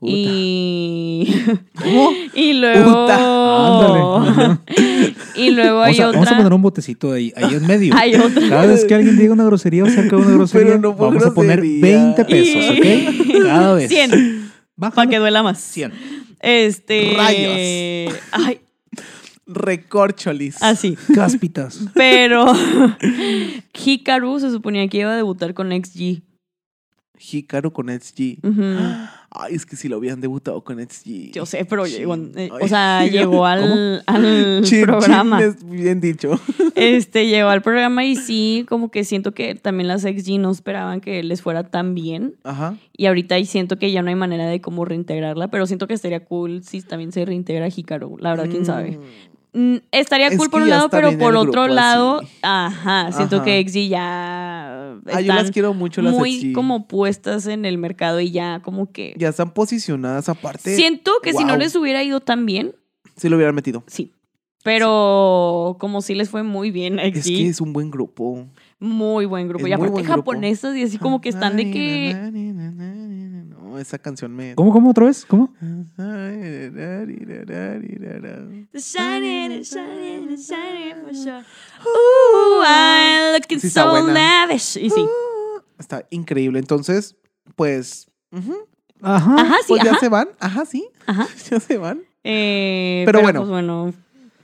[SPEAKER 1] Y. *laughs*
[SPEAKER 2] ¿Cómo?
[SPEAKER 1] y luego.
[SPEAKER 5] Ándale.
[SPEAKER 1] *laughs* y luego hay
[SPEAKER 5] Vamos a,
[SPEAKER 1] otra.
[SPEAKER 5] vamos a poner un botecito ahí, ahí en
[SPEAKER 1] *laughs*
[SPEAKER 5] medio.
[SPEAKER 1] Hay otra.
[SPEAKER 5] Cada vez que alguien diga una grosería o saca *laughs* una grosería,
[SPEAKER 2] Pero no fue
[SPEAKER 5] vamos a poner
[SPEAKER 2] grosería.
[SPEAKER 5] 20 pesos,
[SPEAKER 1] Y- *laughs*
[SPEAKER 5] ¿ok? Cada vez.
[SPEAKER 1] 100. Para
[SPEAKER 5] Bájalo.
[SPEAKER 1] que duela más.
[SPEAKER 5] 100.
[SPEAKER 1] Este.
[SPEAKER 2] Rayos.
[SPEAKER 1] Ay,
[SPEAKER 2] Recorcholis.
[SPEAKER 1] así.
[SPEAKER 5] Cáspitas.
[SPEAKER 1] Pero. *laughs* Hikaru se suponía que iba a debutar con XG.
[SPEAKER 2] Hikaru con SG.
[SPEAKER 1] Ujú.
[SPEAKER 2] Ay, es que si lo hubieran debutado con SG.
[SPEAKER 1] Mm. *gasps* Yo sé, pero
[SPEAKER 2] Sí.
[SPEAKER 1] llegó, eh,
[SPEAKER 2] Ay,
[SPEAKER 1] o *laughs* sea,
[SPEAKER 2] *laughs* yo-
[SPEAKER 1] llegó al, *laughs*
[SPEAKER 5] *laughs*
[SPEAKER 1] al
[SPEAKER 2] Chin, chin,
[SPEAKER 1] programa.
[SPEAKER 2] es bien dicho.
[SPEAKER 1] Este, llegó al programa y sí, como que siento que también las XG no esperaban que les fuera tan bien.
[SPEAKER 2] Ajá.
[SPEAKER 1] Y ahorita y siento que ya no hay manera de cómo reintegrarla, pero siento que estaría cool si también se reintegra Hikaru. La verdad, quién sabe. Mm, estaría
[SPEAKER 2] Mm. Es
[SPEAKER 1] cool por
[SPEAKER 2] que
[SPEAKER 1] un
[SPEAKER 2] ya
[SPEAKER 1] lado,
[SPEAKER 2] está
[SPEAKER 1] pero
[SPEAKER 2] bien
[SPEAKER 1] por
[SPEAKER 2] el
[SPEAKER 1] otro
[SPEAKER 2] grupo
[SPEAKER 1] lado,
[SPEAKER 2] así.
[SPEAKER 1] ajá, siento
[SPEAKER 2] Ajá.
[SPEAKER 1] que XG ya
[SPEAKER 2] Ah, yo las
[SPEAKER 1] están
[SPEAKER 2] quiero mucho las
[SPEAKER 1] muy
[SPEAKER 2] SG.
[SPEAKER 1] como puestas en el mercado y ya como que...
[SPEAKER 2] Ya están posicionadas aparte.
[SPEAKER 1] siento que si no
[SPEAKER 2] Wow.
[SPEAKER 1] les hubiera ido tan bien,
[SPEAKER 2] Si lo hubieran metido.
[SPEAKER 1] Sí. Pero como sí les fue muy bien aquí.
[SPEAKER 2] Es que es un buen grupo.
[SPEAKER 1] Muy buen grupo.
[SPEAKER 2] es
[SPEAKER 1] Y
[SPEAKER 2] muy
[SPEAKER 1] aparte
[SPEAKER 2] buen grupo.
[SPEAKER 1] japonesas y así como que están de que...
[SPEAKER 2] No, esa canción me...
[SPEAKER 5] ¿Cómo, cómo, otra vez? ¿Cómo?
[SPEAKER 1] The shining, the shining, the shining for sure. Ooh, I'm looking
[SPEAKER 2] Sí está
[SPEAKER 1] so
[SPEAKER 2] buena.
[SPEAKER 1] lavish. Y sí.
[SPEAKER 2] Está increíble. Entonces, pues. ujú,
[SPEAKER 5] Ajá.
[SPEAKER 1] Ajá, sí,
[SPEAKER 2] pues ya
[SPEAKER 1] ajá,
[SPEAKER 2] se van. Ajá, sí.
[SPEAKER 1] ajá.
[SPEAKER 2] *laughs* Ya se van.
[SPEAKER 1] Eh,
[SPEAKER 2] Pero
[SPEAKER 1] pero,
[SPEAKER 2] bueno,
[SPEAKER 1] pues bueno,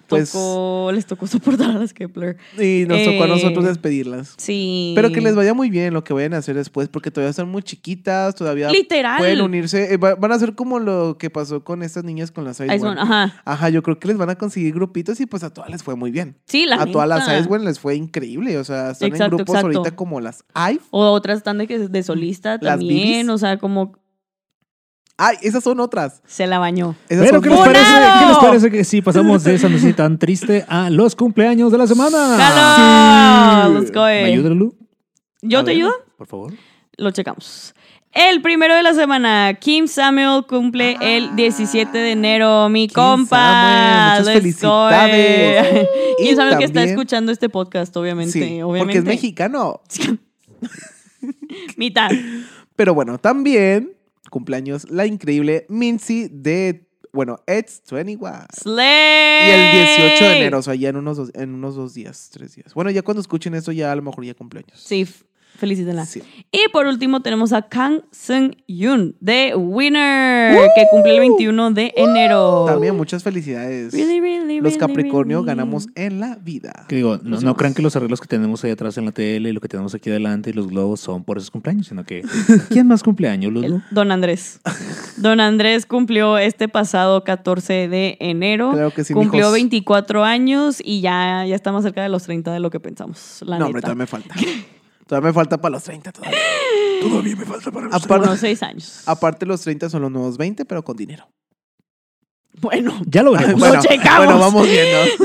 [SPEAKER 2] pues-
[SPEAKER 1] tocó- les tocó soportar a las Kepler.
[SPEAKER 2] Y nos tocó a nosotros
[SPEAKER 1] Eh.
[SPEAKER 2] despedirlas.
[SPEAKER 1] Sí.
[SPEAKER 2] Pero que les vaya muy bien lo que vayan a hacer después, porque todavía están muy chiquitas, todavía
[SPEAKER 1] Literal.
[SPEAKER 2] pueden unirse. Eh, va- van a ser como lo que pasó con estas niñas con las
[SPEAKER 1] Ice
[SPEAKER 2] Ice
[SPEAKER 1] One, Ah, ajá.
[SPEAKER 2] Ajá, yo creo que les van a conseguir grupitos y pues a todas les fue muy bien.
[SPEAKER 1] Sí, la
[SPEAKER 2] a todas las ah,
[SPEAKER 1] neta.
[SPEAKER 2] Ice One les fue increíble. O sea, están en
[SPEAKER 1] Exacto,
[SPEAKER 2] grupos
[SPEAKER 1] exacto.
[SPEAKER 2] ahorita como las IVE.
[SPEAKER 1] O otras están de, que de solista
[SPEAKER 2] Las
[SPEAKER 1] también.
[SPEAKER 2] bibis.
[SPEAKER 1] O sea, como.
[SPEAKER 2] Ay, esas son otras.
[SPEAKER 1] Se la bañó.
[SPEAKER 2] Esas
[SPEAKER 5] Pero
[SPEAKER 2] son
[SPEAKER 5] ¿qué les,
[SPEAKER 1] ¡Funado!
[SPEAKER 5] parece, ¿qué les parece que si pasamos de esa noticia tan triste a los cumpleaños de la semana?
[SPEAKER 1] ¡Calo! Let's go. eh.
[SPEAKER 5] ¿Me ayuda, Lulu?
[SPEAKER 1] ¿Yo
[SPEAKER 5] A
[SPEAKER 1] te
[SPEAKER 5] ver,
[SPEAKER 1] ayudo?
[SPEAKER 5] Por favor.
[SPEAKER 1] Lo checamos. El primero de la semana, Kim Samuel cumple el 17 de enero. Mi
[SPEAKER 2] Ah. Kim
[SPEAKER 1] Compa,
[SPEAKER 2] Samuel, muchas
[SPEAKER 1] let's go. eh. *laughs*
[SPEAKER 2] felicidades. Y
[SPEAKER 1] Kim Samuel que está
[SPEAKER 2] también-
[SPEAKER 1] escuchando este podcast, obviamente.
[SPEAKER 2] Sí, porque
[SPEAKER 1] obviamente.
[SPEAKER 2] es mexicano.
[SPEAKER 1] Mitad. *laughs*
[SPEAKER 2] Pero bueno, también cumpleaños la increíble Mincy de, bueno, It's 21.
[SPEAKER 1] Slay.
[SPEAKER 2] Y el 18 de enero, o sea, ya en unos, dos, en unos dos días, tres días. Bueno, ya cuando escuchen esto, ya a lo mejor ya cumpleaños.
[SPEAKER 1] Sí, f- felicítenla.
[SPEAKER 2] Sí.
[SPEAKER 1] Y por último tenemos a Kang Seung Yoon de Winner, que cumple el 21 de enero.
[SPEAKER 2] También muchas felicidades.
[SPEAKER 1] Really, really,
[SPEAKER 2] Los
[SPEAKER 1] really,
[SPEAKER 2] Capricornio
[SPEAKER 1] really.
[SPEAKER 2] ganamos en la vida.
[SPEAKER 5] Que digo, no, no crean que los arreglos que tenemos ahí atrás en la tele y lo que tenemos aquí adelante y los globos son por esos cumpleaños, sino que *laughs* ¿quién más cumpleaños, Lulu?
[SPEAKER 1] El- Don
[SPEAKER 2] *laughs*
[SPEAKER 1] Andrés. Don Andrés cumplió este pasado 14 de enero.
[SPEAKER 2] Claro que sí,
[SPEAKER 1] cumplió
[SPEAKER 2] mijos.
[SPEAKER 1] 24 años y ya, ya está más cerca de los 30 de lo que pensamos. La neta.
[SPEAKER 2] no, hombre, todavía me falta. todavía me falta para los 30. Todavía, Todavía me falta para los
[SPEAKER 1] Por
[SPEAKER 2] 30.
[SPEAKER 1] unos 6 años.
[SPEAKER 2] Aparte, los 30 son los nuevos 20, pero con dinero.
[SPEAKER 1] Bueno,
[SPEAKER 5] Ya *laughs* lo veremos.
[SPEAKER 1] Bueno. checamos.
[SPEAKER 2] bueno, vamos viendo.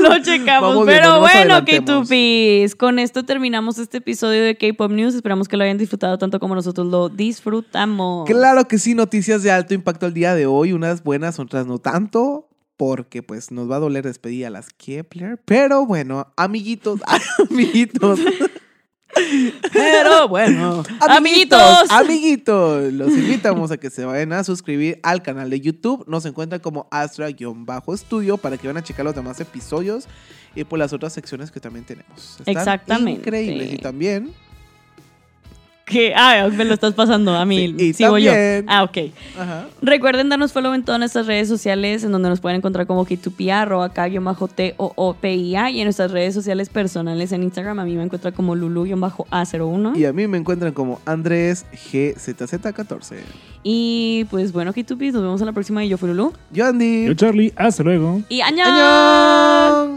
[SPEAKER 1] *laughs* Lo checamos.
[SPEAKER 2] Vamos viendo,
[SPEAKER 1] Pero
[SPEAKER 2] no nos
[SPEAKER 1] bueno,
[SPEAKER 2] adelantemos.
[SPEAKER 1] K2Ps, con esto terminamos este episodio de K-Pop News. Esperamos que lo hayan disfrutado tanto como nosotros lo disfrutamos.
[SPEAKER 2] Claro que sí, noticias de alto impacto al día de hoy. Unas buenas, otras no tanto. Porque pues nos va a doler despedir a las Kepler. Pero bueno, amiguitos, *laughs* amiguitos.
[SPEAKER 1] Pero
[SPEAKER 2] *laughs*
[SPEAKER 1] bueno, amiguitos.
[SPEAKER 2] Amiguitos, los invitamos a que se vayan a suscribir al canal de YouTube. Nos encuentran como Astra-Studio para que vayan a checar los demás episodios y por las otras secciones que también tenemos. Están
[SPEAKER 1] Exactamente.
[SPEAKER 2] Increíbles. Y también
[SPEAKER 1] Que, ah, me lo estás pasando a mí.
[SPEAKER 2] Sí, y
[SPEAKER 1] sigo
[SPEAKER 2] también-
[SPEAKER 1] yo. Ah, ok.
[SPEAKER 2] ajá,
[SPEAKER 1] Recuerden darnos follow en todas nuestras redes sociales, en donde nos pueden encontrar como K2PIA, arroba K-T-O-O-P-I-A, y en nuestras redes sociales personales en Instagram. A mí me encuentra como Lulu-A01.
[SPEAKER 2] y a mí me encuentran como Andrés GZZ14.
[SPEAKER 1] Y pues bueno, K2Ps, nos vemos en la próxima. Y yo fui Lulu.
[SPEAKER 2] Yo Andy.
[SPEAKER 5] Yo, Charlie, hasta luego.
[SPEAKER 1] Y año.
[SPEAKER 2] ¡Añón!